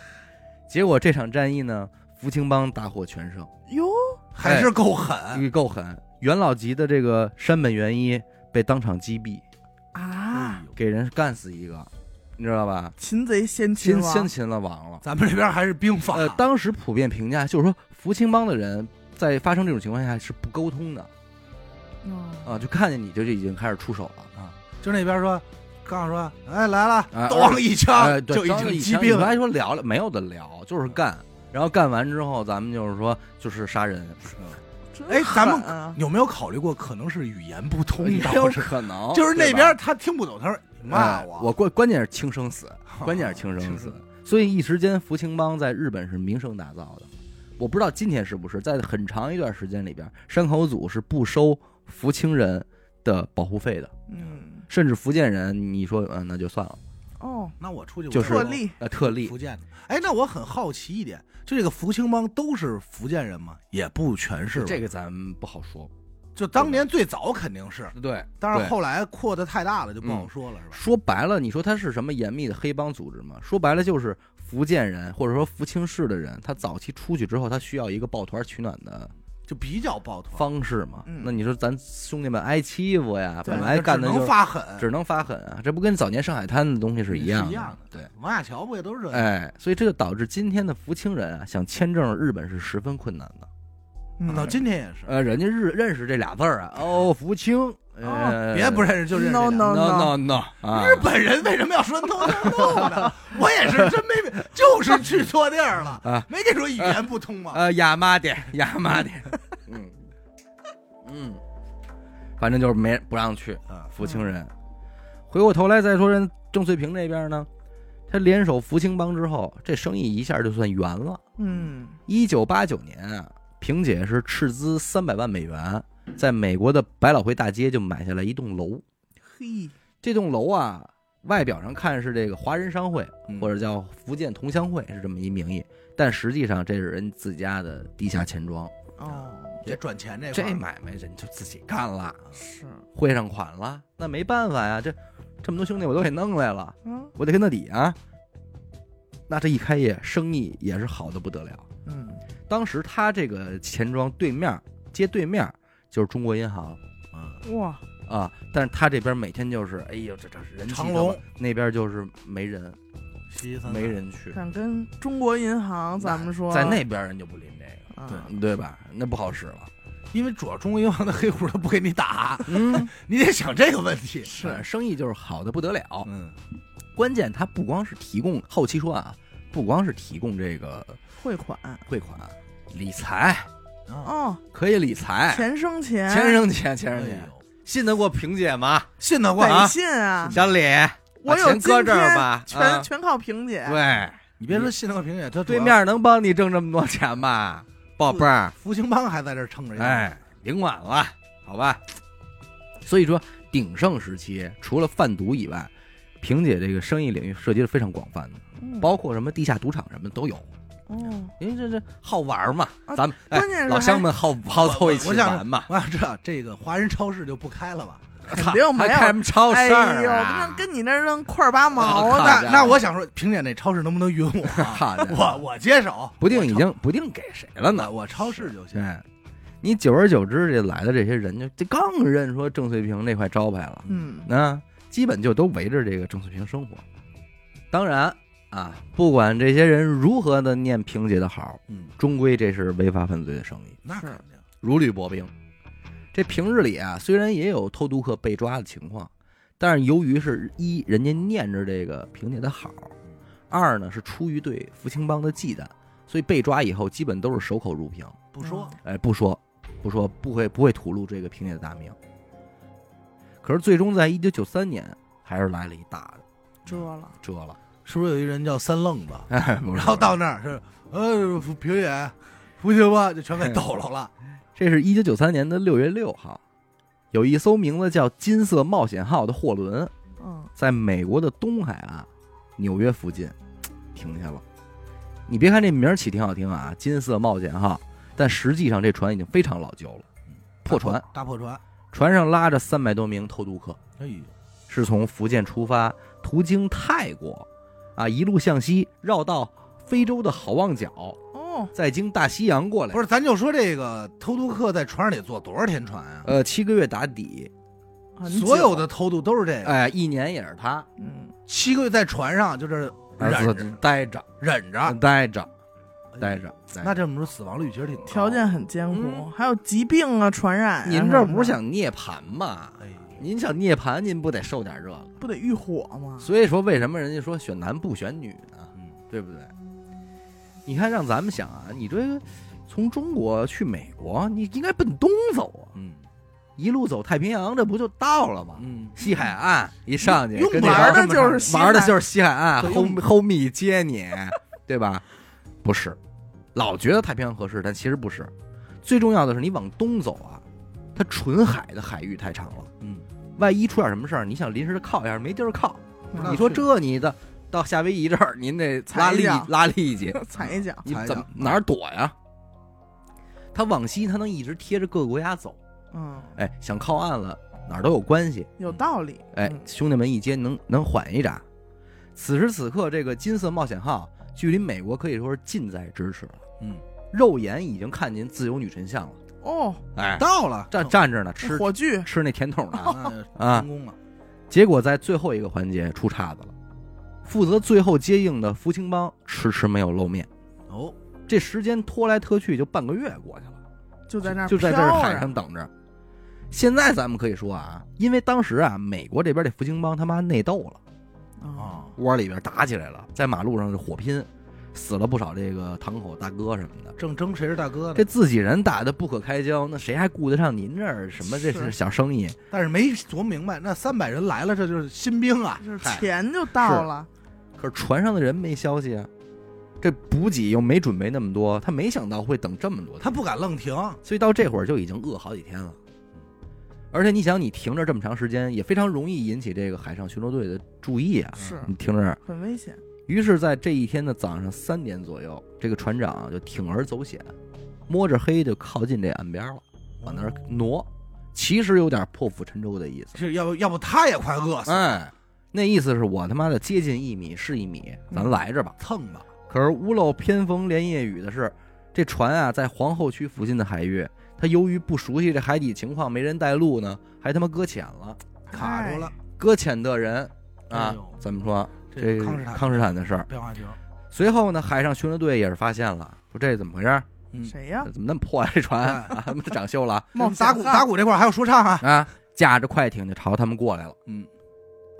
[SPEAKER 1] 结果这场战役呢，福清帮大获全胜，
[SPEAKER 3] 哟，
[SPEAKER 2] 还
[SPEAKER 1] 哎
[SPEAKER 2] 是够狠，
[SPEAKER 1] 这够狠。元老级的这个山本元一被当场击毙，嗯
[SPEAKER 2] 哎
[SPEAKER 3] 啊，
[SPEAKER 1] 给人干死一个，你知道吧？
[SPEAKER 3] 擒贼
[SPEAKER 1] 先
[SPEAKER 3] 先擒王，
[SPEAKER 1] 先擒了王了。
[SPEAKER 2] 咱们这边还是兵法，
[SPEAKER 1] 呃，当时普遍评价就是说，福清帮的人在发生这种情况下是不沟通的
[SPEAKER 3] 嗯
[SPEAKER 1] 啊，就看见你就就已经开始出手了。啊
[SPEAKER 2] 就那边说，刚说，哎来了，
[SPEAKER 1] 哎
[SPEAKER 2] 咣一
[SPEAKER 1] 哎，
[SPEAKER 2] 枪
[SPEAKER 1] 对
[SPEAKER 2] 啊就已
[SPEAKER 1] 张子
[SPEAKER 2] 经
[SPEAKER 1] 以
[SPEAKER 2] 击
[SPEAKER 1] 前
[SPEAKER 2] 毙
[SPEAKER 1] 你
[SPEAKER 2] 了
[SPEAKER 1] 还，说聊了没有的聊，就是干。然后干完之后，咱们就是说，就是杀人，
[SPEAKER 3] 真
[SPEAKER 2] 哎咱们
[SPEAKER 3] 狠啊
[SPEAKER 2] 有没有考虑过可能是语言不通
[SPEAKER 1] 有
[SPEAKER 2] 导致？
[SPEAKER 1] 可能
[SPEAKER 2] 就是那
[SPEAKER 1] 对吧
[SPEAKER 2] 边他听不懂，他说你骂
[SPEAKER 1] 哎
[SPEAKER 2] 我，
[SPEAKER 1] 我关关键是轻生死，关键是啊轻生死。所以一时间，福清帮在日本是名声大噪的。我不知道今天是不是，在很长一段时间里边，山口组是不收福清人的保护费的。
[SPEAKER 3] 嗯
[SPEAKER 1] 甚至福建人，你说嗯，那就算了，
[SPEAKER 3] 哦，
[SPEAKER 2] 那我出去我
[SPEAKER 1] 就是
[SPEAKER 3] 破例
[SPEAKER 1] 那特例
[SPEAKER 2] 福建的。哎，那我很好奇一点，就这个福清帮都是福建人吗？也不全是吧，
[SPEAKER 1] 这个咱们不好说。
[SPEAKER 2] 就当年最早肯定是，
[SPEAKER 1] 对，
[SPEAKER 2] 但是
[SPEAKER 1] 对嗯
[SPEAKER 2] 后来扩的太大了就不好说了，是吧？
[SPEAKER 1] 说白了，你说它是什么严密的黑帮组织吗？说白了就是福建人或者说福清市的人，他早期出去之后，他需要一个抱团取暖的
[SPEAKER 2] 就比较抱团，
[SPEAKER 1] 方式嘛。
[SPEAKER 3] 嗯
[SPEAKER 1] 那你说咱兄弟们挨欺负呀，
[SPEAKER 3] 对
[SPEAKER 1] 本来干的
[SPEAKER 2] 只
[SPEAKER 1] 就
[SPEAKER 2] 能
[SPEAKER 1] 是
[SPEAKER 2] 发狠，
[SPEAKER 1] 只能发狠啊，这不跟早年上海滩的东西是一样
[SPEAKER 2] 是一样的
[SPEAKER 1] 对。
[SPEAKER 2] 王亚乔不也都是这样？
[SPEAKER 1] 哎，所以这就导致今天的福清人啊，想签证日本是十分困难的。
[SPEAKER 3] 嗯
[SPEAKER 2] 到今天也是，
[SPEAKER 1] 呃，人家日认识这俩字儿啊，哦，福清，呃，
[SPEAKER 2] 哦别不认识就认识这
[SPEAKER 3] no
[SPEAKER 2] 俩。
[SPEAKER 3] no
[SPEAKER 1] no no no 啊！
[SPEAKER 2] 日本人为什么要说 no no no 呢？我也是真没明，就是去错地儿了
[SPEAKER 1] 啊，
[SPEAKER 2] 没跟你说语言不通吗？
[SPEAKER 1] 呃，亚麻的亚麻 的，嗯嗯，反正就是没人不让去
[SPEAKER 2] 啊，
[SPEAKER 1] 福清人。回过头来再说人郑翠萍这边呢，他联手福清帮之后，这生意一下就算圆了。
[SPEAKER 3] 嗯
[SPEAKER 1] 一九八九年啊，萍姐是斥资三百万美元，在美国的百老汇大街就买下来一栋楼。
[SPEAKER 3] 嘿，
[SPEAKER 1] 这栋楼啊，外表上看是这个华人商会，
[SPEAKER 2] 嗯
[SPEAKER 1] 或者叫福建同乡会是这么一名义，但实际上这是人自家的地下钱庄。
[SPEAKER 3] 哦
[SPEAKER 2] 这赚钱这块
[SPEAKER 1] 这
[SPEAKER 2] 儿
[SPEAKER 1] 买卖人就自己干了，
[SPEAKER 3] 是，
[SPEAKER 1] 汇上款了，那没办法呀，这这么多兄弟我都给弄来了，
[SPEAKER 3] 嗯
[SPEAKER 1] 我得跟他抵啊。那这一开业，生意也是好的不得了。
[SPEAKER 3] 嗯
[SPEAKER 1] 当时他这个钱庄对面街对面就是中国银行
[SPEAKER 2] 嗯
[SPEAKER 3] 哇，
[SPEAKER 1] 啊，但是他这边每天就是，哎呦，这这人气
[SPEAKER 2] 长龙
[SPEAKER 1] 高那边就是没人，
[SPEAKER 2] 稀稀散散
[SPEAKER 1] 没人去。
[SPEAKER 3] 但跟中国银行咱们说
[SPEAKER 1] 在那边人就不拎这个，
[SPEAKER 3] 啊
[SPEAKER 2] 对
[SPEAKER 1] 对吧？那不好使 了。
[SPEAKER 2] 因为主要中国银行的黑户他不给 你打，
[SPEAKER 1] 嗯，
[SPEAKER 2] 你得想这个问题。
[SPEAKER 1] 是生意就是好的不得了。
[SPEAKER 2] 嗯，
[SPEAKER 1] 关键它不光是提供后期说啊，不光是提供这个
[SPEAKER 3] 汇款
[SPEAKER 1] 汇款、理财，
[SPEAKER 2] 啊，
[SPEAKER 3] 哦，
[SPEAKER 1] 可以理财，
[SPEAKER 3] 钱生钱，
[SPEAKER 1] 嗯哎钱生钱，钱
[SPEAKER 2] 哎
[SPEAKER 1] 生钱，
[SPEAKER 2] 呦
[SPEAKER 1] 信得过萍姐吗？
[SPEAKER 2] 信得过
[SPEAKER 3] 得
[SPEAKER 2] 啊！
[SPEAKER 3] 信啊，
[SPEAKER 1] 小李，把
[SPEAKER 3] 我有
[SPEAKER 1] 钱
[SPEAKER 3] 今
[SPEAKER 1] 搁这儿
[SPEAKER 3] 天
[SPEAKER 1] 吧，
[SPEAKER 3] 全
[SPEAKER 1] 啊
[SPEAKER 3] 全靠萍姐，
[SPEAKER 1] 对，
[SPEAKER 2] 你别说信得过萍姐，他主
[SPEAKER 1] 对
[SPEAKER 2] 要
[SPEAKER 1] 面能帮你挣这么多钱吧，宝贝儿，
[SPEAKER 2] 福清帮还在这儿撑着腰，
[SPEAKER 1] 哎，甭管了，好吧。所以说，鼎盛时期除了贩毒以外，萍姐这个生意领域涉及的非常广泛的，
[SPEAKER 3] 嗯
[SPEAKER 1] 包括什么地下赌场什么都有。
[SPEAKER 3] 哦，
[SPEAKER 1] 因为这这好玩嘛，
[SPEAKER 3] 啊
[SPEAKER 1] 咱们哎
[SPEAKER 3] 关键是
[SPEAKER 1] 老乡们好好凑一
[SPEAKER 2] 我
[SPEAKER 1] 起
[SPEAKER 2] 我想
[SPEAKER 1] 玩嘛。
[SPEAKER 2] 我想知道这个华人超市就不开了吧？
[SPEAKER 3] 肯定没
[SPEAKER 1] 还
[SPEAKER 3] 有
[SPEAKER 1] 开什么超
[SPEAKER 3] 哎
[SPEAKER 1] 市
[SPEAKER 3] 呦，
[SPEAKER 1] 儿
[SPEAKER 3] 那
[SPEAKER 1] 啊？
[SPEAKER 3] 跟你那儿扔块儿八毛
[SPEAKER 1] 好
[SPEAKER 3] 的，
[SPEAKER 1] 家
[SPEAKER 2] 那
[SPEAKER 1] 伙
[SPEAKER 2] 那我想说，评姐那超市能不能允我 啊？
[SPEAKER 1] 好家伙
[SPEAKER 2] 我我接手，
[SPEAKER 1] 不定
[SPEAKER 2] 我
[SPEAKER 1] 已
[SPEAKER 2] 超
[SPEAKER 1] 经不定给谁了呢。
[SPEAKER 2] 我我超市就行。
[SPEAKER 1] 哎，你久而久之，这来的这些人就就更认说郑翠萍这块招牌了，
[SPEAKER 3] 嗯，
[SPEAKER 1] 那基本就都围着这个郑翠萍生活。当然啊，不管这些人如何的念萍姐的好，
[SPEAKER 2] 嗯，
[SPEAKER 1] 终归这是违法犯罪的生意，
[SPEAKER 2] 那肯定。
[SPEAKER 1] 如履薄冰。这平日里啊，虽然也有偷渡客被抓的情况，但是由于是一人家念着这个萍姐的好，二呢是出于对福清帮的忌惮，所以被抓以后基本都是守口如瓶。
[SPEAKER 2] 不说，
[SPEAKER 1] 哎，不说，不说，不会不会吐露这个萍姐的大名。可是最终在一九九三年，还是来了一大的
[SPEAKER 3] 遮了，
[SPEAKER 1] 折了。
[SPEAKER 2] 是不是有一人叫三愣子？
[SPEAKER 1] 哎，不是
[SPEAKER 2] 然后到那儿是，呃，平姐，不行吧，就全给抖搂了。
[SPEAKER 1] 这是一九九三年的六月六号，有一艘名字叫“金色冒险号”的货轮，
[SPEAKER 3] 嗯，
[SPEAKER 1] 在美国的东海岸、纽约附近停下了。你别看这名儿起挺好听啊，“金色冒险号”，但实际上这船已经非常老旧了，嗯破船，
[SPEAKER 2] 大破船。
[SPEAKER 1] 船上拉着三百多名偷渡客。
[SPEAKER 2] 哎呦，
[SPEAKER 1] 是从福建出发，途经泰国，啊，一路向西绕到非洲的好望角，
[SPEAKER 3] 哦，
[SPEAKER 1] 再经大西洋过来。
[SPEAKER 2] 不
[SPEAKER 1] 是，
[SPEAKER 2] 是，咱就说这个偷渡客在船上得坐多少天船啊？
[SPEAKER 1] 呃，七个月打底，
[SPEAKER 3] 很久
[SPEAKER 2] 所有的偷渡都是这个，
[SPEAKER 1] 哎、一年也是他，
[SPEAKER 3] 嗯，
[SPEAKER 2] 七个月在船上就是
[SPEAKER 1] 儿
[SPEAKER 2] 忍
[SPEAKER 1] 子
[SPEAKER 2] 着
[SPEAKER 1] 待着，
[SPEAKER 2] 忍
[SPEAKER 1] 待
[SPEAKER 2] 着
[SPEAKER 1] 着，待。着。待
[SPEAKER 2] 啊嗯那
[SPEAKER 1] 着
[SPEAKER 2] 这么说死亡率其实挺高
[SPEAKER 3] 条。件很艰苦，
[SPEAKER 1] 嗯
[SPEAKER 3] 还有疾病啊、传染啊什么的。
[SPEAKER 1] 您这不是想涅槃吗？
[SPEAKER 2] 哎呦，
[SPEAKER 1] 您想涅槃，您不得受点这个？
[SPEAKER 3] 不得遇火吗？
[SPEAKER 1] 所以说，为什么人家说选男不选女呢？
[SPEAKER 2] 嗯，
[SPEAKER 1] 对不对？你看，让咱们想啊，你这个从中国去美国，你应该奔东走啊。
[SPEAKER 2] 嗯
[SPEAKER 1] 一路走太平洋，这不就到了吗？
[SPEAKER 2] 嗯，
[SPEAKER 1] 西海岸一上去，
[SPEAKER 2] 用
[SPEAKER 1] 跟
[SPEAKER 2] 用
[SPEAKER 1] 那
[SPEAKER 2] 玩
[SPEAKER 1] 帮
[SPEAKER 2] 的就是
[SPEAKER 3] 西海
[SPEAKER 1] 玩的就是西海岸
[SPEAKER 2] 对
[SPEAKER 1] ，home
[SPEAKER 2] 用
[SPEAKER 1] home 接你， 对吧？不是，老觉得太平洋合适，但其实不是。最重要的是，你往东走啊，它纯海的海域太长了，
[SPEAKER 2] 嗯，
[SPEAKER 1] 万一出点什么事儿，你想临时靠一下，没地儿靠。
[SPEAKER 2] 不知道
[SPEAKER 1] 你说
[SPEAKER 2] 去
[SPEAKER 1] 这你的到夏威夷这儿，您得
[SPEAKER 3] 踩
[SPEAKER 1] 拉
[SPEAKER 3] 一
[SPEAKER 1] 力
[SPEAKER 3] 脚
[SPEAKER 1] 拉力气，
[SPEAKER 3] 踩一脚，
[SPEAKER 1] 你
[SPEAKER 2] 踩一
[SPEAKER 1] 怎
[SPEAKER 2] 脚
[SPEAKER 1] 么哪儿躲呀？它往西，它能一直贴着各个国家走。
[SPEAKER 3] 嗯，
[SPEAKER 1] 哎，想靠岸了，哪儿都有关系。
[SPEAKER 3] 有道理。
[SPEAKER 1] 哎
[SPEAKER 3] 嗯，
[SPEAKER 1] 兄弟们一接能能缓一闸。此时此刻，这个金色冒险号距离美国可以说是近在咫尺了，
[SPEAKER 2] 嗯，
[SPEAKER 1] 肉眼已经看见自由女神像了。
[SPEAKER 3] 哦，
[SPEAKER 1] 哎，
[SPEAKER 2] 到了，
[SPEAKER 1] 站站着呢，吃
[SPEAKER 3] 火炬，
[SPEAKER 1] 吃那甜筒呢。
[SPEAKER 2] 啊
[SPEAKER 1] 啊
[SPEAKER 2] 成功了。
[SPEAKER 1] 结果在最后一个环节出岔子了，负责最后接应的福清帮迟迟没有露面，
[SPEAKER 2] 哦，
[SPEAKER 1] 这时间拖来拖去就半个月过去了。
[SPEAKER 3] 就在那儿
[SPEAKER 1] 就在这
[SPEAKER 3] 飘
[SPEAKER 1] 儿
[SPEAKER 3] 着
[SPEAKER 1] 海上等着。现在咱们可以说啊，因为当时啊，美国这边这福清帮他妈内斗了，
[SPEAKER 3] 啊，
[SPEAKER 2] 啊，
[SPEAKER 1] 窝里边打起来了，在马路上就火拼，死了不少这个堂口大哥什么的。
[SPEAKER 2] 正争谁是大哥呢
[SPEAKER 1] 这？自己人打的不可开交，那谁还顾得上您这儿什么这
[SPEAKER 3] 是
[SPEAKER 1] 是小生意？
[SPEAKER 2] 但是没琢磨明白，那三百人来了，这就是新兵啊。
[SPEAKER 3] 就是
[SPEAKER 1] 嗨
[SPEAKER 3] 钱就到了，
[SPEAKER 1] 可是船上的人没消息啊，这补给又没准备那么多，他没想到会等这么多天，
[SPEAKER 2] 他不敢愣停，
[SPEAKER 1] 所以到这会儿就已经饿好几天了。而且你想，你停着这么长时间，也非常容易引起这个海上巡逻队的注意啊。
[SPEAKER 3] 是
[SPEAKER 1] 你停着，
[SPEAKER 3] 很危险。
[SPEAKER 1] 于是，在这一天的早上三点左右，这个船长啊就铤而走险，摸着黑就靠近这岸边了，往那儿挪，其实有点破釜沉舟的意思。
[SPEAKER 2] 是要不要不他也快饿死了，
[SPEAKER 1] 哎，那意思是我他妈的接近一米是一米，咱来着吧。
[SPEAKER 2] 蹭吧。
[SPEAKER 1] 可是屋漏偏逢连夜雨的是，这船啊在皇后区附近的海域，它由于不熟悉这海底情况，没人带路呢，还他妈搁浅了。
[SPEAKER 2] 卡住了。
[SPEAKER 1] 搁浅的人啊
[SPEAKER 2] 哎呦，
[SPEAKER 1] 怎么说？
[SPEAKER 2] 这
[SPEAKER 1] 个
[SPEAKER 2] 康斯坦
[SPEAKER 1] 康斯坦的事儿。
[SPEAKER 2] 变化球，
[SPEAKER 1] 随后呢，海上巡逻队也是发现了，说这怎么回事儿？
[SPEAKER 2] 嗯
[SPEAKER 3] 谁呀？
[SPEAKER 1] 怎么那么破啊？这船
[SPEAKER 2] 哎
[SPEAKER 1] 啊，他妈长锈了
[SPEAKER 3] 冒
[SPEAKER 2] 打鼓打
[SPEAKER 3] 鼓，
[SPEAKER 2] 鼓这块儿还有说唱啊，
[SPEAKER 1] 啊！驾着快艇就朝他们过来了。
[SPEAKER 2] 嗯，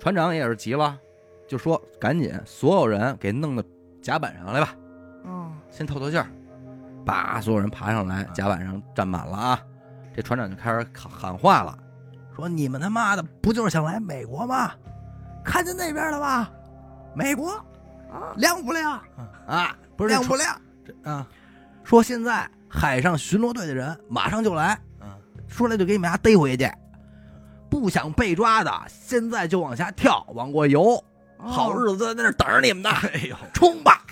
[SPEAKER 1] 船长也是急了，就说赶紧所有人给弄到甲板上来吧，
[SPEAKER 3] 嗯，
[SPEAKER 1] 先透透气儿。把所有人爬上来，
[SPEAKER 2] 嗯
[SPEAKER 1] 甲板上站满了啊！这船长就开始喊喊话了，说：“你们他妈的不就是想来美国吗？看见那边了吧？美国
[SPEAKER 3] 啊
[SPEAKER 1] 亮不亮
[SPEAKER 2] 嗯
[SPEAKER 1] 啊？
[SPEAKER 2] 不是这
[SPEAKER 1] 亮不亮？
[SPEAKER 2] 啊，
[SPEAKER 1] 说现在海上巡逻队的人马上就来，
[SPEAKER 2] 嗯，
[SPEAKER 1] 说来就给你们家逮回去。不想被抓的，现在就往下跳，往过游，好
[SPEAKER 3] 子
[SPEAKER 1] 日子在那儿等着你们呢。哦哎呦，冲吧！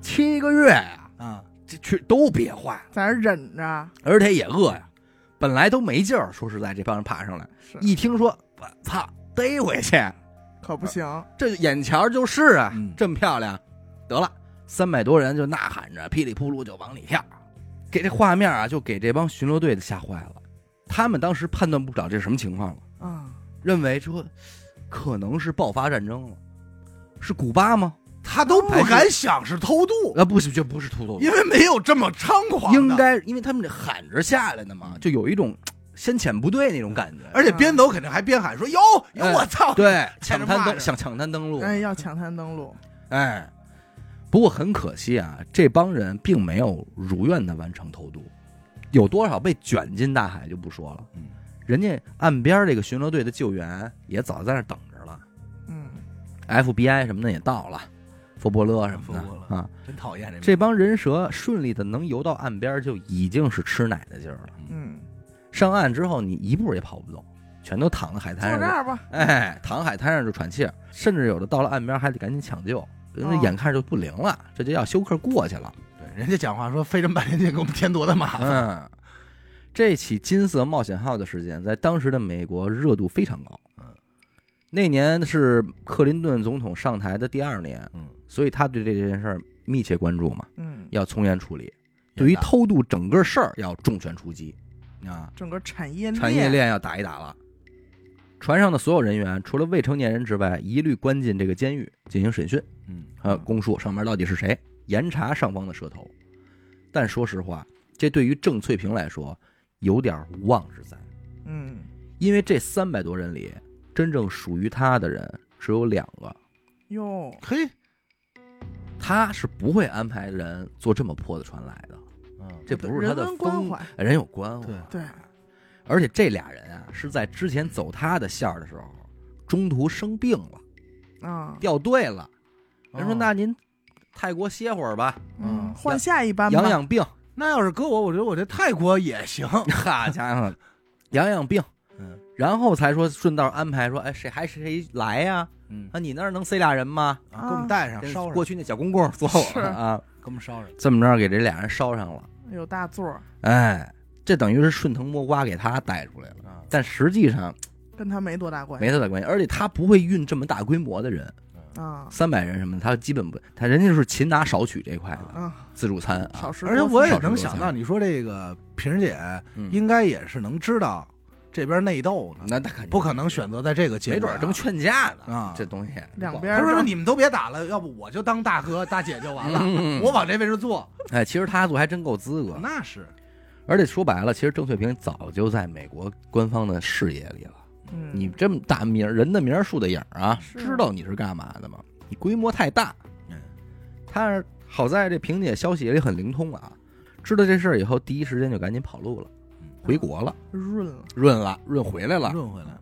[SPEAKER 1] 七个月呀、
[SPEAKER 2] 啊，嗯
[SPEAKER 1] 这去都憋坏，
[SPEAKER 3] 在这儿忍着，
[SPEAKER 1] 而且也饿呀、本来都没劲儿，说实在，这帮人爬上来，
[SPEAKER 3] 是
[SPEAKER 1] 一听说，我操，逮回去，
[SPEAKER 3] 可不行，
[SPEAKER 1] 这眼瞧就是啊，
[SPEAKER 2] 嗯
[SPEAKER 1] 这么漂亮，得了，三百多人就呐喊着噼里扑噜就往里跳，给这画面啊，就给这帮巡逻队的吓坏了。他们当时判断不了这是什么情况了，
[SPEAKER 3] 嗯，
[SPEAKER 1] 认为说可能是爆发战争了，是古巴吗？
[SPEAKER 2] 他都不敢想是偷渡，
[SPEAKER 1] 啊，不是，这不是秃头，
[SPEAKER 2] 因为没有这么猖狂的
[SPEAKER 1] 应，该因为他们这喊着下来的嘛，就有一种嘖先遣部队那种感觉。
[SPEAKER 2] 而且边走肯定还边喊说：“有有，
[SPEAKER 1] 哎
[SPEAKER 2] 我操！”，
[SPEAKER 1] 对，
[SPEAKER 2] 欠着
[SPEAKER 1] 抢
[SPEAKER 2] 骂
[SPEAKER 1] 滩
[SPEAKER 2] 着
[SPEAKER 1] 登想抢滩登陆，
[SPEAKER 3] 哎，要抢滩登陆，
[SPEAKER 1] 哎，不过很可惜啊，这帮人并没有如愿的完成偷渡，有多少被卷进大海就不说了
[SPEAKER 2] 嗯，
[SPEAKER 1] 人家岸边这个巡逻队的救援也早在那儿等着了
[SPEAKER 3] 嗯，
[SPEAKER 1] ，FBI 什么的也到了，佛伯勒什么
[SPEAKER 2] 佛伯
[SPEAKER 1] 的
[SPEAKER 2] 勒
[SPEAKER 1] 啊，
[SPEAKER 2] 真讨厌这
[SPEAKER 1] 这帮人蛇顺利的能游到岸边就已经是吃奶的劲儿了。
[SPEAKER 3] 嗯，
[SPEAKER 1] 上岸之后你一步也跑不动，全都躺在海
[SPEAKER 3] 坐
[SPEAKER 1] 滩
[SPEAKER 3] 这
[SPEAKER 1] 上，
[SPEAKER 3] 儿吧，嗯
[SPEAKER 1] 哎，躺海滩上就喘气儿，甚至有的到了岸边还得赶紧抢救，人家
[SPEAKER 3] 哦
[SPEAKER 1] 眼看着就不灵了，这就要休克过去了。
[SPEAKER 2] 对人家讲话说费这么半天劲给我们添多大麻烦，
[SPEAKER 1] 嗯，这起金色冒险号的事件在当时的美国热度非常高。
[SPEAKER 2] 嗯，
[SPEAKER 1] 那年是克林顿总统上台的第二年，
[SPEAKER 2] 嗯，
[SPEAKER 1] 所以他对这件事儿密切关注嘛，
[SPEAKER 3] 嗯，
[SPEAKER 1] 要从严处理。对于偷渡整个事儿要重拳出击啊，
[SPEAKER 3] 整个产业
[SPEAKER 1] 产业链要打一打了。船上的所有人员除了未成年人之外，一律关进这个监狱进行审讯。
[SPEAKER 2] 嗯
[SPEAKER 1] 呃，供述上面到底是谁，严查上方的蛇头。但说实话，这对于郑翠萍来说有点无妄之灾，
[SPEAKER 3] 嗯，
[SPEAKER 1] 因为这三百多人里，真正属于她的人只有两个，
[SPEAKER 3] 哟，
[SPEAKER 2] 嘿，
[SPEAKER 1] 她是不会安排人坐这么破的船来的，
[SPEAKER 2] 嗯
[SPEAKER 1] 这不是她的
[SPEAKER 3] 人文关
[SPEAKER 1] 风
[SPEAKER 3] 怀，
[SPEAKER 1] 人有关怀
[SPEAKER 2] 对。
[SPEAKER 3] 对，
[SPEAKER 1] 而且这俩人啊，是在之前走她的线儿的时候，中途生病了，
[SPEAKER 3] 啊，
[SPEAKER 1] 掉队了。人说
[SPEAKER 2] 哦
[SPEAKER 1] 那您泰国歇会儿吧，
[SPEAKER 3] 嗯，
[SPEAKER 2] 嗯
[SPEAKER 3] 换下一班吧，
[SPEAKER 1] 养养 病。
[SPEAKER 2] 那要是搁我，我觉得我这泰国也行。
[SPEAKER 1] 好家伙，养养病，
[SPEAKER 2] 嗯
[SPEAKER 1] 然后才说顺道安排说，哎，谁还谁来呀、
[SPEAKER 2] 嗯
[SPEAKER 1] 啊，你那儿能塞俩人吗？
[SPEAKER 2] 啊，给我们带上，
[SPEAKER 1] 跟
[SPEAKER 2] 烧上，
[SPEAKER 1] 过去那小公公坐
[SPEAKER 3] 是
[SPEAKER 1] 我啊，
[SPEAKER 2] 给我们烧上。
[SPEAKER 1] 这么着给这俩人捎上了。
[SPEAKER 3] 有大座儿，
[SPEAKER 1] 哎，这等于是顺藤摸瓜给他带出来了，
[SPEAKER 2] 啊，
[SPEAKER 1] 但实际上
[SPEAKER 3] 跟他没多大关系
[SPEAKER 1] 没太大关系，而且他不会运这么大规模的人，
[SPEAKER 3] 啊，
[SPEAKER 1] 三百人什么的，他基本不，他人家是勤拿少取这块的
[SPEAKER 3] 啊，
[SPEAKER 1] 自助餐
[SPEAKER 3] 少
[SPEAKER 1] 啊，
[SPEAKER 3] 食多
[SPEAKER 2] 而且我也
[SPEAKER 1] 少
[SPEAKER 2] 能
[SPEAKER 1] 吃多
[SPEAKER 2] 想
[SPEAKER 1] 餐
[SPEAKER 2] 到，你说这个萍儿姐
[SPEAKER 1] 嗯
[SPEAKER 2] 应该也是能知道这边内斗呢，
[SPEAKER 1] 那他肯定
[SPEAKER 2] 不可能选择在这个节
[SPEAKER 1] 没
[SPEAKER 2] 点
[SPEAKER 1] 准
[SPEAKER 2] 啊
[SPEAKER 1] 儿正劝架呢
[SPEAKER 2] 啊
[SPEAKER 1] 这嗯东西
[SPEAKER 3] 两
[SPEAKER 1] 不好
[SPEAKER 3] 边
[SPEAKER 2] 他说说你们都别打了，要不我就当大哥大姐就完了，我往这位置坐。
[SPEAKER 1] 哎，其实他做还真够资格，
[SPEAKER 2] 那是，
[SPEAKER 1] 而且说白了，其实郑翠萍早就在美国官方的视野里了。
[SPEAKER 3] 嗯
[SPEAKER 1] 你这么大名儿，人的名儿树的影儿啊，
[SPEAKER 3] 是
[SPEAKER 1] 知道你是干嘛的吗？你规模太大
[SPEAKER 2] 嗯。
[SPEAKER 1] 但是好在这萍姐消息也很灵通啊，知道这事儿以后，第一时间就赶紧跑路了
[SPEAKER 2] 嗯，
[SPEAKER 1] 回国了，
[SPEAKER 3] 润了，
[SPEAKER 1] 润了，润回来了。
[SPEAKER 2] 润回来了。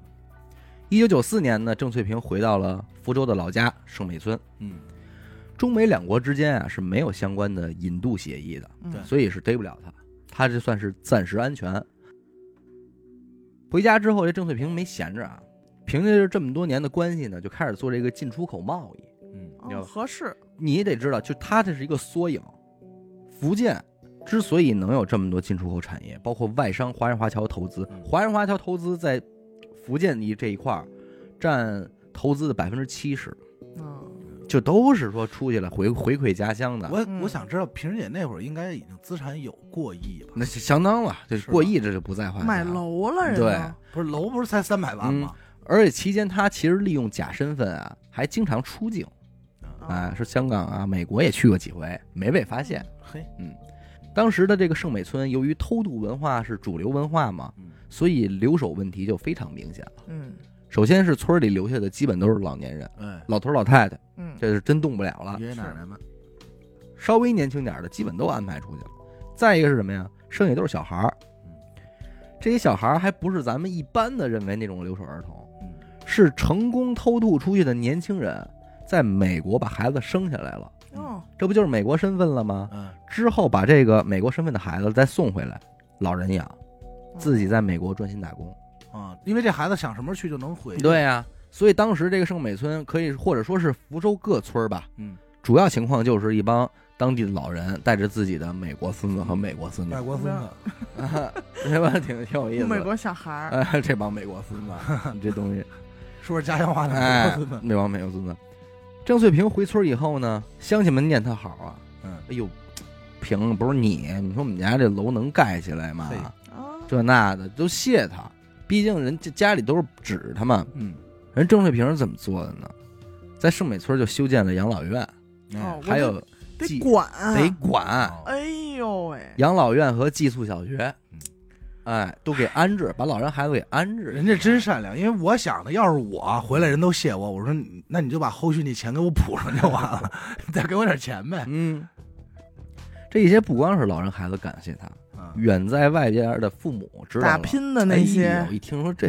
[SPEAKER 1] 一九九四年呢，郑翠萍回到了福州的老家圣美村。
[SPEAKER 2] 嗯，
[SPEAKER 1] 中美两国之间啊是没有相关的引渡协议的，
[SPEAKER 3] 嗯
[SPEAKER 2] 对
[SPEAKER 1] 所以是逮不了他，他这算是暂时安全。回家之后，这郑翠萍没闲着啊，凭借着这么多年的关系呢，就开始做这个进出口贸易。
[SPEAKER 2] 嗯
[SPEAKER 1] 要
[SPEAKER 3] 哦，合适，
[SPEAKER 1] 你得知道，就它这是一个缩影。福建之所以能有这么多进出口产业，包括外商华人华侨投资
[SPEAKER 2] 嗯，
[SPEAKER 1] 华人华侨投资在福建一这一块儿占投资的百分之七十，
[SPEAKER 3] 嗯，
[SPEAKER 1] 就都是说出去了回回馈家乡的。
[SPEAKER 2] 我
[SPEAKER 3] 嗯
[SPEAKER 2] 我想知道萍儿姐那会儿应该已经资产有过亿吧？
[SPEAKER 1] 那是相当了，这
[SPEAKER 2] 是吧
[SPEAKER 1] 过亿这就不在话下。
[SPEAKER 3] 买楼了人啊
[SPEAKER 1] 对
[SPEAKER 3] 都
[SPEAKER 2] 不是楼不是才三百万吗？
[SPEAKER 1] 而且期间他其实利用假身份啊，还经常出境，
[SPEAKER 3] 哦
[SPEAKER 2] 啊
[SPEAKER 1] 啊，是香港啊、美国也去过几回，没被发现。
[SPEAKER 2] 嘿，
[SPEAKER 1] 当时的这个圣美村，由于偷渡文化是主流文化嘛，
[SPEAKER 2] 嗯
[SPEAKER 1] 所以留守问题就非常明显了。
[SPEAKER 3] 嗯
[SPEAKER 1] 首先是村里留下的基本都是老年人，
[SPEAKER 2] 哎，
[SPEAKER 1] 老头儿老太太，
[SPEAKER 3] 嗯，
[SPEAKER 1] 啊这是真动不了了。
[SPEAKER 2] 爷爷奶奶们，
[SPEAKER 1] 稍微年轻点儿的基本都安排出去了。再一个是什么呀？剩下都是小孩儿
[SPEAKER 2] 嗯，
[SPEAKER 1] 这些小孩儿还不是咱们一般的认为那种留守儿童，
[SPEAKER 2] 嗯
[SPEAKER 1] 是成功偷渡出去的年轻人，在美国把孩子生下来了，
[SPEAKER 3] 哦，
[SPEAKER 1] 这不就是美国身份了吗？
[SPEAKER 2] 嗯
[SPEAKER 1] 之后把这个美国身份的孩子再送回来，老人养，
[SPEAKER 3] 嗯
[SPEAKER 1] 自己在美国专心打工。
[SPEAKER 2] 啊，因为这孩子想什么时候去就能回。，
[SPEAKER 1] 对呀、所以当时这个圣美村可以或者说是福州各村儿吧，
[SPEAKER 2] 嗯
[SPEAKER 1] 主要情况就是一帮当地的老人带着自己的美国孙子和美国孙女
[SPEAKER 2] 外，国孙
[SPEAKER 1] 啊
[SPEAKER 2] 子，
[SPEAKER 1] 是吧？挺挺有意思
[SPEAKER 3] 嗯美
[SPEAKER 1] 的。
[SPEAKER 3] 国小孩儿，
[SPEAKER 1] 哎， 这帮美国孙 子，你这东西，
[SPEAKER 2] 是不是家乡话的外国
[SPEAKER 1] 哎
[SPEAKER 2] 孙，子？
[SPEAKER 1] 那帮美国孙子。郑翠萍回村以后呢，乡亲们念她好啊，
[SPEAKER 2] 嗯，
[SPEAKER 1] 哎呦，萍不是你，你说我们家这楼能盖起来吗
[SPEAKER 2] 嘿？
[SPEAKER 3] 啊，
[SPEAKER 1] 这那的都谢他，毕竟人家家里都是指他嘛。
[SPEAKER 2] 嗯，
[SPEAKER 1] 人郑翠萍是怎么做的呢？在圣美村就修建了养老院，
[SPEAKER 2] 哎
[SPEAKER 3] 哦
[SPEAKER 1] 还有寄
[SPEAKER 3] 得管，啊
[SPEAKER 1] 得管
[SPEAKER 2] 啊哦
[SPEAKER 3] 哎呦喂，
[SPEAKER 1] 养老院和寄宿小学
[SPEAKER 2] 嗯，
[SPEAKER 1] 哎，都给安置，把老人孩子给安置。
[SPEAKER 2] 人家真善良，因为我想的，要是我回来，人都谢我，我说你那你就把后续那钱给我补上就完了， 再给我点钱呗。
[SPEAKER 1] 嗯，这一些不光是老人孩子感谢他，
[SPEAKER 2] 嗯
[SPEAKER 1] 远在外边的父母知道了
[SPEAKER 3] 打拼的那
[SPEAKER 1] 哎呦
[SPEAKER 3] 些，
[SPEAKER 1] 一听说这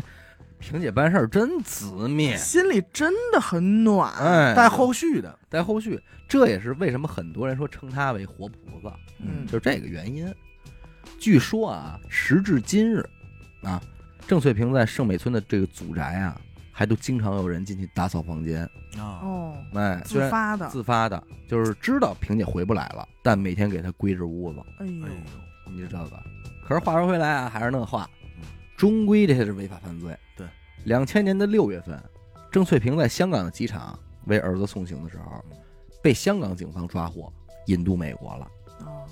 [SPEAKER 1] 萍姐办事儿真直 面，
[SPEAKER 3] 心里真的很暖，
[SPEAKER 1] 哎，
[SPEAKER 2] 啊带后续的，
[SPEAKER 1] 带后续，这也是为什么很多人说称她为活菩萨，
[SPEAKER 3] 嗯
[SPEAKER 1] 就是这个原因。据说啊，时至今日，啊，郑翠萍在圣美村的这个祖宅啊，还都经常有人进去打扫房间。
[SPEAKER 2] 啊，
[SPEAKER 3] 哦，
[SPEAKER 1] 哎，虽
[SPEAKER 3] 自
[SPEAKER 1] 然
[SPEAKER 3] 发的，
[SPEAKER 1] 自发的，就是知道萍姐回不来了，但每天给她归置屋子，
[SPEAKER 3] 哎呦
[SPEAKER 2] 哎呦，
[SPEAKER 1] 你知道吧？可是话说回来啊，还是那话
[SPEAKER 2] 嗯，
[SPEAKER 1] 终归这是违法犯罪。
[SPEAKER 2] 对，
[SPEAKER 1] 两千年的六月份，郑翠萍在香港的机场为儿子送行的时候，被香港警方抓获，引渡美国了。
[SPEAKER 3] 哦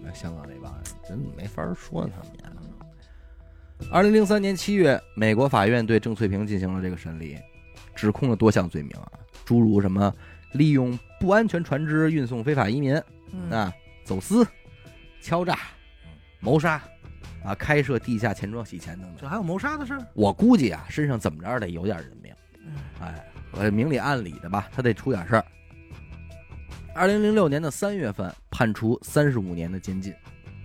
[SPEAKER 1] 那香港这帮人真没法说他们呀。二零零三年七月，美国法院对郑翠萍进行了这个审理，指控了多项罪名啊，诸如什么利用不安全船只运送非法移民
[SPEAKER 3] 嗯
[SPEAKER 1] 啊、走私、敲诈
[SPEAKER 2] 嗯、
[SPEAKER 1] 谋杀啊、开设地下钱庄洗钱等
[SPEAKER 2] 这
[SPEAKER 1] 等。
[SPEAKER 2] 还有谋杀的事儿？
[SPEAKER 1] 我估计啊，身上怎么着得有点人命。
[SPEAKER 3] 嗯
[SPEAKER 1] 哎，我这明里暗里的吧，他得出点事儿。二零零六年的三月份，判处三十五年的监禁。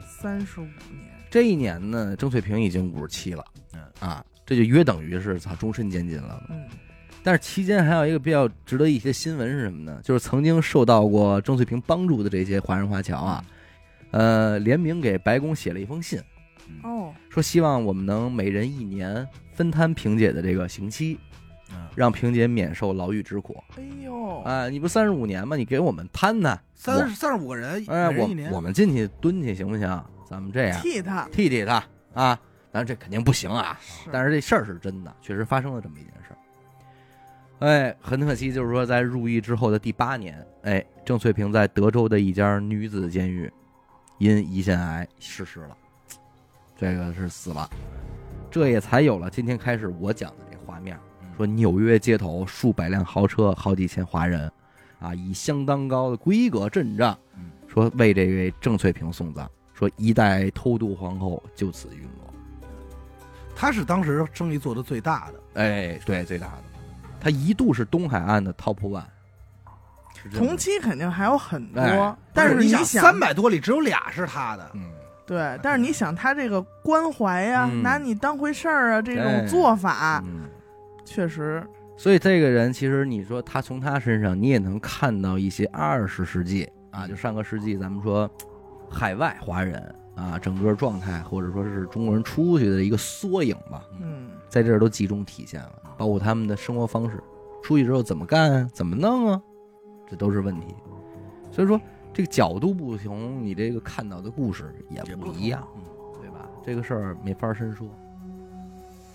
[SPEAKER 3] 三十五年，
[SPEAKER 1] 这一年呢，郑翠萍已经五十七了，
[SPEAKER 2] 嗯
[SPEAKER 1] 啊，这就约等于是操终身监禁了。
[SPEAKER 3] 嗯，
[SPEAKER 1] 但是期间还有一个比较值得一提的新闻是什么呢？就是曾经受到过郑翠萍帮助的这些华人华侨啊，呃，联名给白宫写了一封信，
[SPEAKER 3] 哦，
[SPEAKER 1] 说希望我们能每人一年分摊萍姐的这个刑期，
[SPEAKER 2] 嗯，哦
[SPEAKER 1] 让萍姐免受牢狱之苦。
[SPEAKER 3] 哎呦，
[SPEAKER 1] 啊、你不三十五年吗？你给我们摊摊，
[SPEAKER 2] 三十三十五个人，
[SPEAKER 1] 我哎，
[SPEAKER 2] 每人一年
[SPEAKER 1] 我我们进去蹲去行不行？咱们这样
[SPEAKER 3] 替他
[SPEAKER 1] 替替他啊，当然这肯定不行啊，
[SPEAKER 3] 是，
[SPEAKER 1] 但是这事儿是真的，确实发生了这么一件事儿。哎，很可惜，就是说在入狱之后的第八年，哎，郑翠萍在德州的一家女子监狱因胰腺癌逝世了，这个是死了。这也才有了今天开始我讲的这画面，说纽约街头数百辆豪车，好几千华人，啊，以相当高的规格阵仗
[SPEAKER 2] 嗯，
[SPEAKER 1] 说为这位郑翠萍送葬，说一代偷渡皇后就此陨落。
[SPEAKER 2] 他是当时生意做的最大的，
[SPEAKER 1] 哎，对，最大的，它一度是东海岸的 top one，是真的
[SPEAKER 3] 同期肯定还有很多，
[SPEAKER 1] 哎
[SPEAKER 3] 但
[SPEAKER 2] 不
[SPEAKER 3] 是
[SPEAKER 2] 你
[SPEAKER 3] 想
[SPEAKER 2] 三百多里只有俩是他的，
[SPEAKER 1] 嗯，
[SPEAKER 3] 对，但是你想他这个关怀呀、
[SPEAKER 1] 嗯
[SPEAKER 3] 拿你当回事儿啊，这
[SPEAKER 1] 对
[SPEAKER 3] 种做法，
[SPEAKER 1] 嗯
[SPEAKER 3] 确实，
[SPEAKER 1] 所以这个人其实你说他从他身上，你也能看到一些二十世纪啊，就上个世纪咱们说海外华人啊，整个状态或者说是中国人出去的一个缩影吧，
[SPEAKER 3] 嗯，
[SPEAKER 1] 在这儿都集中体现了，包括他们的生活方式，出去之后怎么干啊，怎么弄啊，这都是问题。所以说这个角度不同，你这个看到的故事也不啊一样。
[SPEAKER 2] 嗯。
[SPEAKER 1] 对吧？这个事儿没法深说。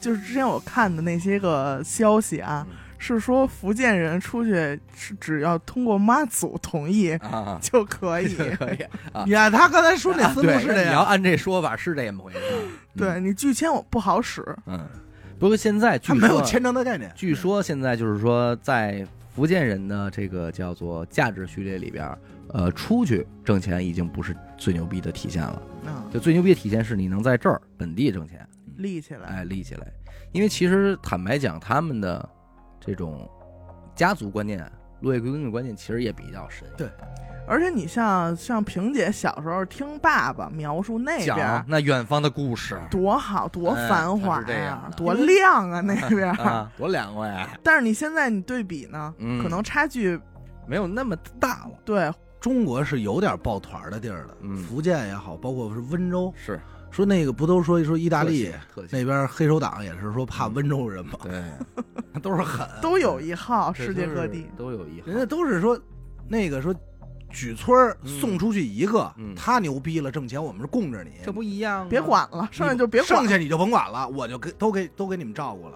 [SPEAKER 3] 就是之前我看的那些个消息啊，
[SPEAKER 2] 嗯
[SPEAKER 3] 是说福建人出去是只要通过妈祖同意
[SPEAKER 1] 啊，
[SPEAKER 3] 就可以，
[SPEAKER 1] 可以。啊
[SPEAKER 2] 你按他刚才说那思路
[SPEAKER 1] 对，
[SPEAKER 2] 是这
[SPEAKER 1] 你要
[SPEAKER 2] 样，
[SPEAKER 1] 按这说法是这么回事儿。
[SPEAKER 3] 对你拒签我不好使，
[SPEAKER 1] 嗯，不过现在据
[SPEAKER 2] 他没有
[SPEAKER 1] 说啊
[SPEAKER 2] 签证的概念。
[SPEAKER 1] 据说现在就是说，在福建人的这个叫做价值序列里边儿，呃，出去挣钱已经不是最牛逼的体现了。
[SPEAKER 3] 嗯，
[SPEAKER 1] 就最牛逼的体现是你能在这儿本地挣钱，
[SPEAKER 3] 立起来，
[SPEAKER 1] 哎，立起来。因为其实坦白讲，他们的这种家族观念、落叶归根的观念，其实也比较深。
[SPEAKER 2] 对
[SPEAKER 3] 而且你像像萍姐小时候听爸爸描述那边
[SPEAKER 1] 讲
[SPEAKER 3] 儿
[SPEAKER 1] 那远方的故事，
[SPEAKER 3] 多好，多
[SPEAKER 1] 哎
[SPEAKER 3] 繁华
[SPEAKER 1] 它是这
[SPEAKER 3] 呀、
[SPEAKER 1] 样的嗯
[SPEAKER 3] 多亮啊那 边儿。
[SPEAKER 1] 啊，多凉快啊！
[SPEAKER 3] 但是你现在你对比呢，
[SPEAKER 1] 嗯
[SPEAKER 3] 可能差距
[SPEAKER 1] 没有那么大了。
[SPEAKER 3] 对，
[SPEAKER 2] 中国是有点抱团的地儿的，
[SPEAKER 1] 嗯
[SPEAKER 2] 福建也好，包括是温州，
[SPEAKER 1] 是
[SPEAKER 2] 说那个不都说说意大利
[SPEAKER 1] 特写
[SPEAKER 2] 那边黑手党也是说怕
[SPEAKER 1] 嗯
[SPEAKER 2] 温州人 嘛，
[SPEAKER 1] 对，
[SPEAKER 2] 都是狠，
[SPEAKER 3] 都有一号，
[SPEAKER 1] 这
[SPEAKER 3] 世界
[SPEAKER 1] 都
[SPEAKER 3] 各
[SPEAKER 1] 是
[SPEAKER 3] 地。
[SPEAKER 1] 都有一号
[SPEAKER 2] 人家都是说那个说举村儿
[SPEAKER 1] 嗯
[SPEAKER 2] 送出去一个，
[SPEAKER 1] 嗯
[SPEAKER 2] 他牛逼了，挣钱我们是供着你，
[SPEAKER 1] 这不一样吗？
[SPEAKER 3] 别管了，剩下就别管
[SPEAKER 2] 剩
[SPEAKER 3] 了。
[SPEAKER 2] 下你就甭管了，我就给都给都给你们照顾了。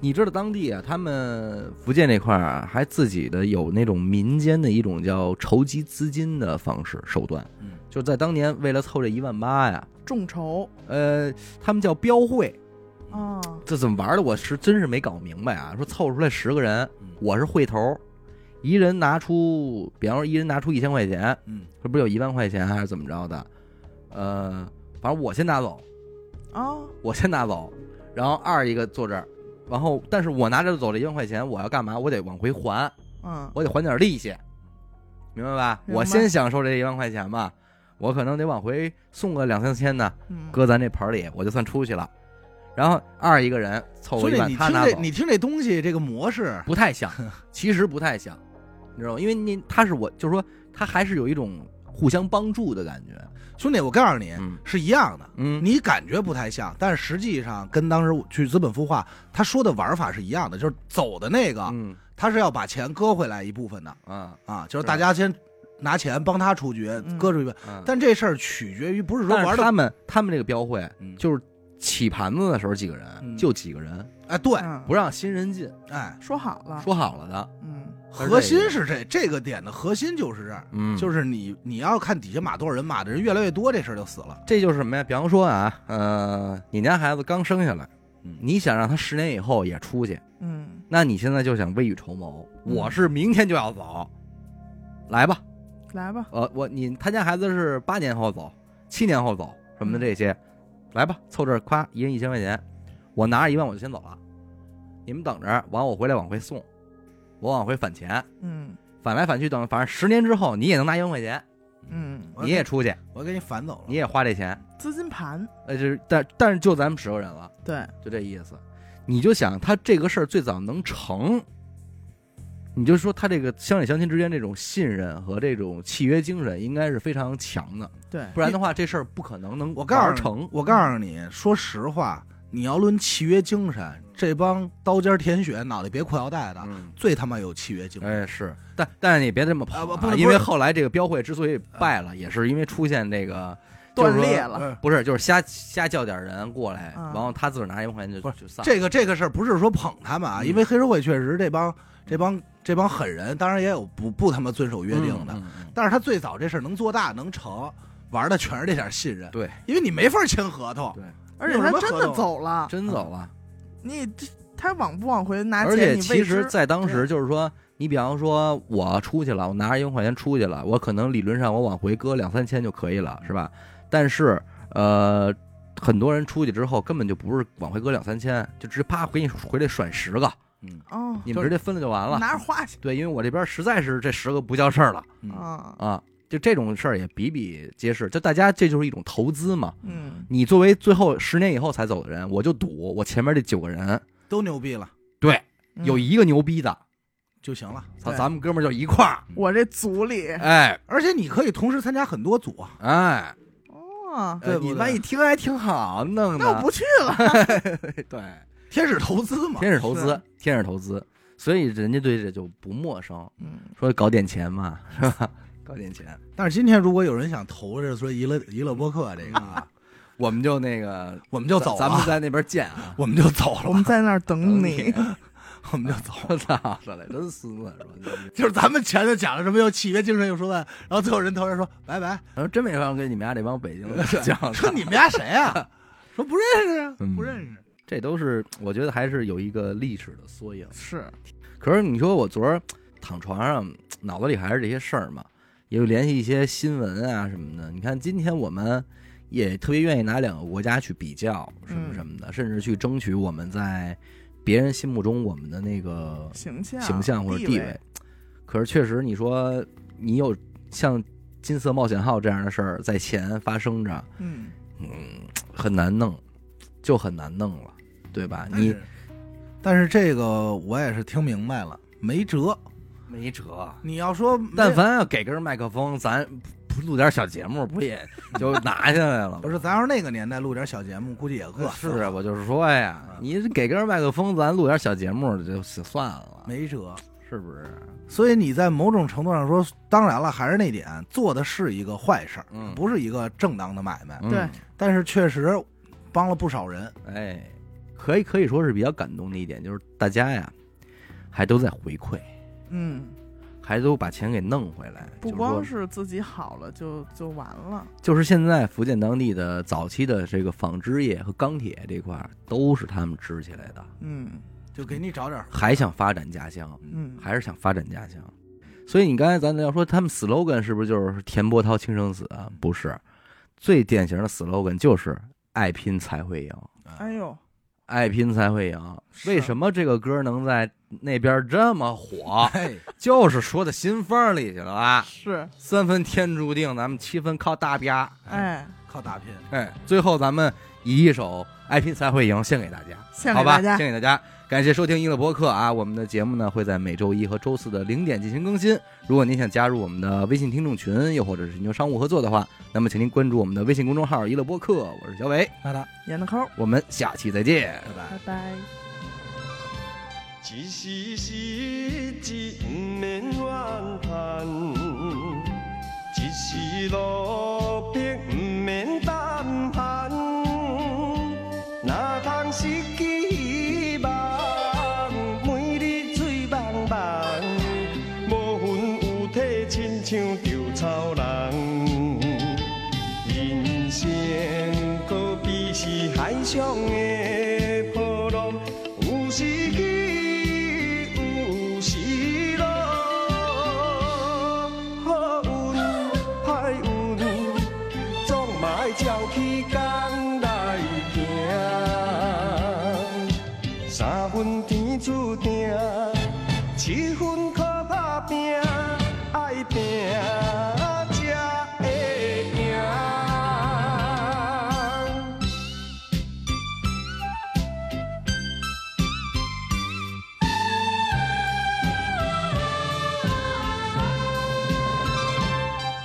[SPEAKER 1] 你知道当地啊，他们福建那块儿啊，还自己的有那种民间的一种叫筹集资金的方式手段，
[SPEAKER 2] 嗯，
[SPEAKER 1] 就在当年为了凑这一万八呀，
[SPEAKER 3] 众筹
[SPEAKER 1] 呃，他们叫标会，
[SPEAKER 3] 啊，
[SPEAKER 1] 这怎么玩的？我是真是没搞明白啊！说凑出来十个人
[SPEAKER 2] 嗯，
[SPEAKER 1] 我是会头，一人拿出，比方说一人拿出一千块钱，
[SPEAKER 2] 嗯，
[SPEAKER 1] 这不是有一万块钱还是怎么着的？呃，反正我先拿走，
[SPEAKER 3] 啊，
[SPEAKER 1] 我先拿走，然后二一个坐这儿，然后但是我拿着走这一万块钱，我要干嘛？我得往回还，
[SPEAKER 3] 嗯，
[SPEAKER 1] 我得还点利息，明白吧？
[SPEAKER 3] 明白
[SPEAKER 1] 我先享受这一万块钱吧，我可能得往回送个两三千呢，
[SPEAKER 3] 嗯，
[SPEAKER 1] 搁咱这盆儿里，我就算出去了。然后二一个人凑
[SPEAKER 2] 所
[SPEAKER 1] 一
[SPEAKER 2] 以
[SPEAKER 1] 万，
[SPEAKER 2] 你
[SPEAKER 1] 他
[SPEAKER 2] 听
[SPEAKER 1] 拿
[SPEAKER 2] 这
[SPEAKER 1] 走，
[SPEAKER 2] 你听这东西这个模式，
[SPEAKER 1] 不太 像，其实不太像，你知道吗？因为你他是我，就是说他还是有一种互相帮助的感觉。
[SPEAKER 2] 兄弟，我告诉你
[SPEAKER 1] 嗯
[SPEAKER 2] 是一样的。
[SPEAKER 1] 嗯，
[SPEAKER 2] 你感觉不太像，但是实际上跟当时我去资本孵化他说的玩法是一样的，就是走的那个
[SPEAKER 1] 嗯
[SPEAKER 2] 他是要把钱割回来一部分的
[SPEAKER 1] 啊
[SPEAKER 2] 啊，就是
[SPEAKER 1] 是
[SPEAKER 2] 大家先拿钱帮他出局，
[SPEAKER 3] 嗯
[SPEAKER 2] 割出一部分。
[SPEAKER 1] 啊，
[SPEAKER 2] 但这事儿取决于不是说
[SPEAKER 1] 但
[SPEAKER 2] 玩
[SPEAKER 1] 是
[SPEAKER 2] 的
[SPEAKER 1] 他们他们这个标会
[SPEAKER 2] 嗯
[SPEAKER 1] 就是起盘子的时候几个
[SPEAKER 2] 嗯
[SPEAKER 1] 人就几个人，
[SPEAKER 2] 哎，对，
[SPEAKER 3] 嗯
[SPEAKER 1] 不让新人进，
[SPEAKER 2] 哎，
[SPEAKER 3] 说好了，
[SPEAKER 1] 说好了的。
[SPEAKER 3] 嗯，
[SPEAKER 1] 但是
[SPEAKER 2] 核
[SPEAKER 1] 这
[SPEAKER 2] 心
[SPEAKER 1] 个
[SPEAKER 2] 是这这个点的核心就是这儿，
[SPEAKER 1] 嗯
[SPEAKER 2] 就是是你你要看底下码多少人，码的人越来越多，这事儿就死了。
[SPEAKER 1] 这就是什么呀？比方说啊，呃，你家孩子刚生下来，
[SPEAKER 2] 嗯
[SPEAKER 1] 你想让他十年以后也出去，
[SPEAKER 3] 嗯，
[SPEAKER 1] 那你现在就想未雨绸缪，
[SPEAKER 3] 嗯
[SPEAKER 1] 我是明天就要走，来吧，
[SPEAKER 3] 来吧，
[SPEAKER 1] 呃，我你他家孩子是八年后走，七年后走什么的这些，来吧，凑这儿夸一人一千块钱，我拿着一万我就先走了，你们等着，完我回来往回送，我往回返钱，
[SPEAKER 3] 嗯
[SPEAKER 1] 返来返去等，反正十年之后你也能拿一万块钱，
[SPEAKER 3] 嗯，
[SPEAKER 2] 我
[SPEAKER 1] 你也出去，
[SPEAKER 2] 我给你反走了，
[SPEAKER 1] 你也花这钱，
[SPEAKER 3] 资金盘，
[SPEAKER 1] 呃，就是但但是就咱们十个人了，
[SPEAKER 3] 对，
[SPEAKER 1] 就这意思，你就想他这个事儿最早能成。你就说他这个乡里乡亲之间这种信任和这种契约精神，应该是非常强的。
[SPEAKER 3] 对，
[SPEAKER 1] 不然的话，这事儿不可能能
[SPEAKER 2] 我告诉
[SPEAKER 1] 玩
[SPEAKER 2] 你
[SPEAKER 1] 成。
[SPEAKER 2] 我告诉你，说实话，你要论契约精神，这帮刀尖舔血、脑袋别裤腰带的，
[SPEAKER 1] 嗯，
[SPEAKER 2] 最他妈有契约精神。
[SPEAKER 1] 哎是，但但是你别这么跑、
[SPEAKER 2] 啊不不是
[SPEAKER 1] 因
[SPEAKER 2] 不
[SPEAKER 1] 为
[SPEAKER 2] 是啊
[SPEAKER 1] 后来这个标会之所以败了，也是因为出现这个
[SPEAKER 3] 断
[SPEAKER 1] 就是
[SPEAKER 3] 裂
[SPEAKER 1] 说呃
[SPEAKER 2] 哎
[SPEAKER 3] 了，
[SPEAKER 1] 不是，就是瞎瞎叫点人过来，
[SPEAKER 3] 啊
[SPEAKER 1] 然后他自个儿拿一块钱就
[SPEAKER 2] 不
[SPEAKER 1] 是就散了。
[SPEAKER 2] 这个这个事儿不是说捧他们啊，
[SPEAKER 1] 啊嗯
[SPEAKER 2] 因为黑社会确实这帮这帮这帮狠人，当然也有不不他妈遵守约定的，
[SPEAKER 1] 嗯嗯嗯
[SPEAKER 2] 但是他最早这事儿能做大能成，玩的全是这点信任。
[SPEAKER 1] 对，
[SPEAKER 2] 因为你没法签合同，
[SPEAKER 3] 而且
[SPEAKER 2] 有什
[SPEAKER 3] 他
[SPEAKER 2] 么
[SPEAKER 3] 真
[SPEAKER 2] 合
[SPEAKER 3] 的
[SPEAKER 2] 同
[SPEAKER 3] 走了，
[SPEAKER 1] 真走了。
[SPEAKER 3] 你这他往不往回拿
[SPEAKER 1] 而
[SPEAKER 3] 钱，
[SPEAKER 1] 且
[SPEAKER 3] 你
[SPEAKER 1] 其
[SPEAKER 3] 未
[SPEAKER 1] 实，
[SPEAKER 3] 知
[SPEAKER 1] 在当时就是说，你比方说我出去了，我拿着一万块钱出去了，我可能理论上我往回搁两三千就可以了，是吧？但是呃，很多人出去之后根本就不是往回搁两三千，就直接啪给你回来甩十个，
[SPEAKER 2] 嗯，
[SPEAKER 3] 哦，
[SPEAKER 1] 你们直接分了就完了。
[SPEAKER 3] 拿着花去
[SPEAKER 1] 对，因为我这边实在是这十个不叫事儿了
[SPEAKER 2] 嗯
[SPEAKER 3] 啊，
[SPEAKER 1] 啊，就这种事儿也比比皆是。就大家这就是一种投资嘛。
[SPEAKER 3] 嗯，
[SPEAKER 1] 你作为最后十年以后才走的人，我就赌我前面这九个人，
[SPEAKER 2] 都牛逼了
[SPEAKER 1] 对，
[SPEAKER 3] 嗯
[SPEAKER 1] 有一个牛逼的，
[SPEAKER 2] 就行了。
[SPEAKER 1] 咱
[SPEAKER 3] 对
[SPEAKER 1] 咱们哥们儿就一块 儿，
[SPEAKER 3] 我这组里
[SPEAKER 1] 哎
[SPEAKER 2] 而且你可以同时参加很多组啊，
[SPEAKER 1] 哎，
[SPEAKER 3] 哦，
[SPEAKER 2] 对
[SPEAKER 1] 呃
[SPEAKER 2] 不
[SPEAKER 1] 你
[SPEAKER 2] 对
[SPEAKER 1] 妈一听还挺好， 弄
[SPEAKER 3] 那我
[SPEAKER 1] 的
[SPEAKER 3] 不去了，
[SPEAKER 1] 对，
[SPEAKER 2] 天使投资嘛。啊
[SPEAKER 1] 天使投资
[SPEAKER 3] 是，
[SPEAKER 1] 天使投资，所以人家对这就不陌生，
[SPEAKER 3] 嗯，
[SPEAKER 1] 说搞点钱嘛，是吧？ 搞点钱，
[SPEAKER 2] 但是今天如果有人想投这说娱乐娱乐播客这个啊，
[SPEAKER 1] 我们就那个
[SPEAKER 2] 我们就
[SPEAKER 1] 嗯咱
[SPEAKER 2] 走
[SPEAKER 1] 咱们
[SPEAKER 2] 了，
[SPEAKER 1] 在那边见 啊。
[SPEAKER 2] 我们就走
[SPEAKER 3] 我
[SPEAKER 2] 了，
[SPEAKER 3] 们在那儿等你，
[SPEAKER 2] 我们就走。
[SPEAKER 1] 我操，说的真孙子，说的
[SPEAKER 2] 就是咱们前头讲了什么又契约精神又说完，然后最后人头人说拜拜，
[SPEAKER 1] 然后真没法跟你们家这帮北 京的讲的，
[SPEAKER 2] 说你们家谁 啊？说不认识啊
[SPEAKER 1] 嗯，
[SPEAKER 2] 不认识。
[SPEAKER 1] 这都是我觉得还是有一个历史的缩影。
[SPEAKER 3] 是，
[SPEAKER 1] 可是你说我昨儿躺床上，脑子里还是这些事儿嘛，也有联系一些新闻啊什么的。你看今天我们也特别愿意拿两个国家去比较什么
[SPEAKER 3] 嗯
[SPEAKER 1] 什么的，甚至去争取我们在别人心目中我们的那个
[SPEAKER 3] 形象
[SPEAKER 1] 形象或者地
[SPEAKER 3] 位，。
[SPEAKER 1] 可是确实，你说你有像金色冒险号这样的事儿在前发生着，
[SPEAKER 3] 嗯，
[SPEAKER 1] 嗯，很难弄，就很难弄了，对吧？
[SPEAKER 2] 但
[SPEAKER 1] 你
[SPEAKER 2] 是，但是这个我也是听明白了，没辙。
[SPEAKER 1] 没辙。
[SPEAKER 2] 你要说没
[SPEAKER 1] 但凡要给根麦克风，咱不录点小节目，不也就拿下来了吗
[SPEAKER 2] 不？是，咱要是那个年代录点小节目，估计也饿死
[SPEAKER 1] 是啊，
[SPEAKER 2] 了，
[SPEAKER 1] 我就是说呀，你给根麦克风，咱录点小节目就算了，
[SPEAKER 2] 没辙。是不是？所以你在某种程度上说，当然了，还是那点，做的是一个坏事儿，
[SPEAKER 1] 嗯
[SPEAKER 2] 不是一个正当的买卖，
[SPEAKER 1] 嗯
[SPEAKER 3] 对，
[SPEAKER 2] 但是确实帮了不少人。
[SPEAKER 1] 哎，可以可以说是比较感动的一点，就是大家呀，还都在回馈，
[SPEAKER 3] 嗯，
[SPEAKER 1] 还都把钱给弄回来。
[SPEAKER 3] 不
[SPEAKER 1] 就是
[SPEAKER 3] 光
[SPEAKER 1] 说
[SPEAKER 3] 是自己好了就就完了，
[SPEAKER 1] 就是现在福建当地的早期的这个纺织业和钢铁这块儿都是他们支起来的，
[SPEAKER 3] 嗯
[SPEAKER 2] 就给你找 点儿，
[SPEAKER 1] 还想发展家乡，
[SPEAKER 3] 嗯，
[SPEAKER 1] 还是想发展家乡。所以你刚才咱要说他们 slogan 是不是就是田波涛亲生子啊？不是，最典型的 slogan 就是爱拼才会赢，
[SPEAKER 3] 哎呦，
[SPEAKER 1] 爱拼才会赢。
[SPEAKER 3] 是
[SPEAKER 1] 为什么这个歌能在那边这么火？
[SPEAKER 2] 哎，
[SPEAKER 1] 就是说到心缝里去了啊！
[SPEAKER 3] 是，
[SPEAKER 1] 三分天注定，咱们七分靠大吧。
[SPEAKER 3] 哎，
[SPEAKER 2] 靠打拼。
[SPEAKER 1] 哎，最后咱们以一首《爱拼才会赢》献给大家，
[SPEAKER 3] 献给
[SPEAKER 1] 好吧？
[SPEAKER 3] 大家
[SPEAKER 1] 献给大家。感谢收听娱乐播客啊！我们的节目呢会在每周一和周四的零点进行更新。如果您想加入我们的微信听众群，又或者是寻求商务合作的话，那么请您关注我们的微信公众号“娱乐播客”，我是小伟，
[SPEAKER 2] 拜拜，
[SPEAKER 3] 演的抠儿，
[SPEAKER 1] 我们下期再见。
[SPEAKER 2] 拜拜
[SPEAKER 3] 拜。拜。
[SPEAKER 4] 一时时志不免怨叹，一时落魄不免胆寒，哪通失去希望？每日醉茫茫，无魂有体，亲像稻草人。人生可比是海上的波浪，有时起，有时落。好运歹运，总嘛要照起工来行。三分天注定，七分靠打拼，爱拼才会赢。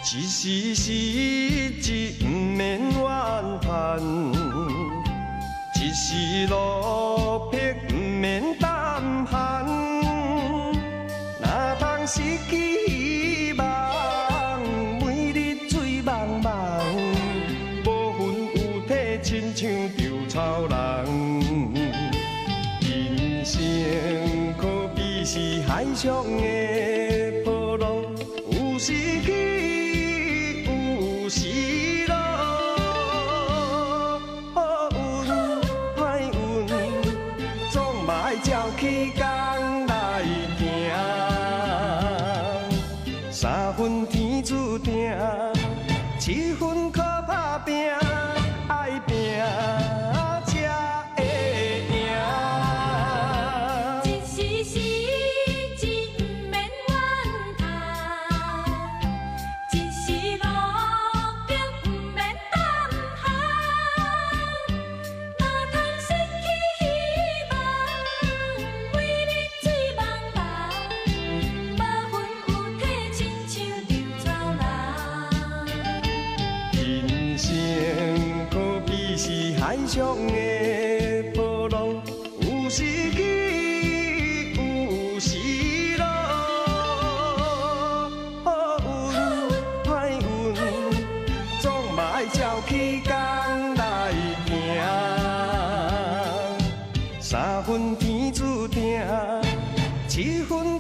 [SPEAKER 4] 一时失志不免怨叹，一时落魄不免胆寒。哪通失去希望？每日醉茫茫，无魂有体，亲像稻草人。人生可比是海上的波浪，有时起，有时落。好运歹运，总嘛要照起工来行。三分天注定，七分靠打拼，爱拼才会赢。
[SPEAKER 5] 一时时志不免怨叹，一时落魄不免胆寒。哪通失去希望，每日醉茫茫，无魂有体，亲像稻草人。
[SPEAKER 4] 人生可比是海上的波浪，有时起，有时落。好运歹运，总嘛要照起工来行。三分天注定，七分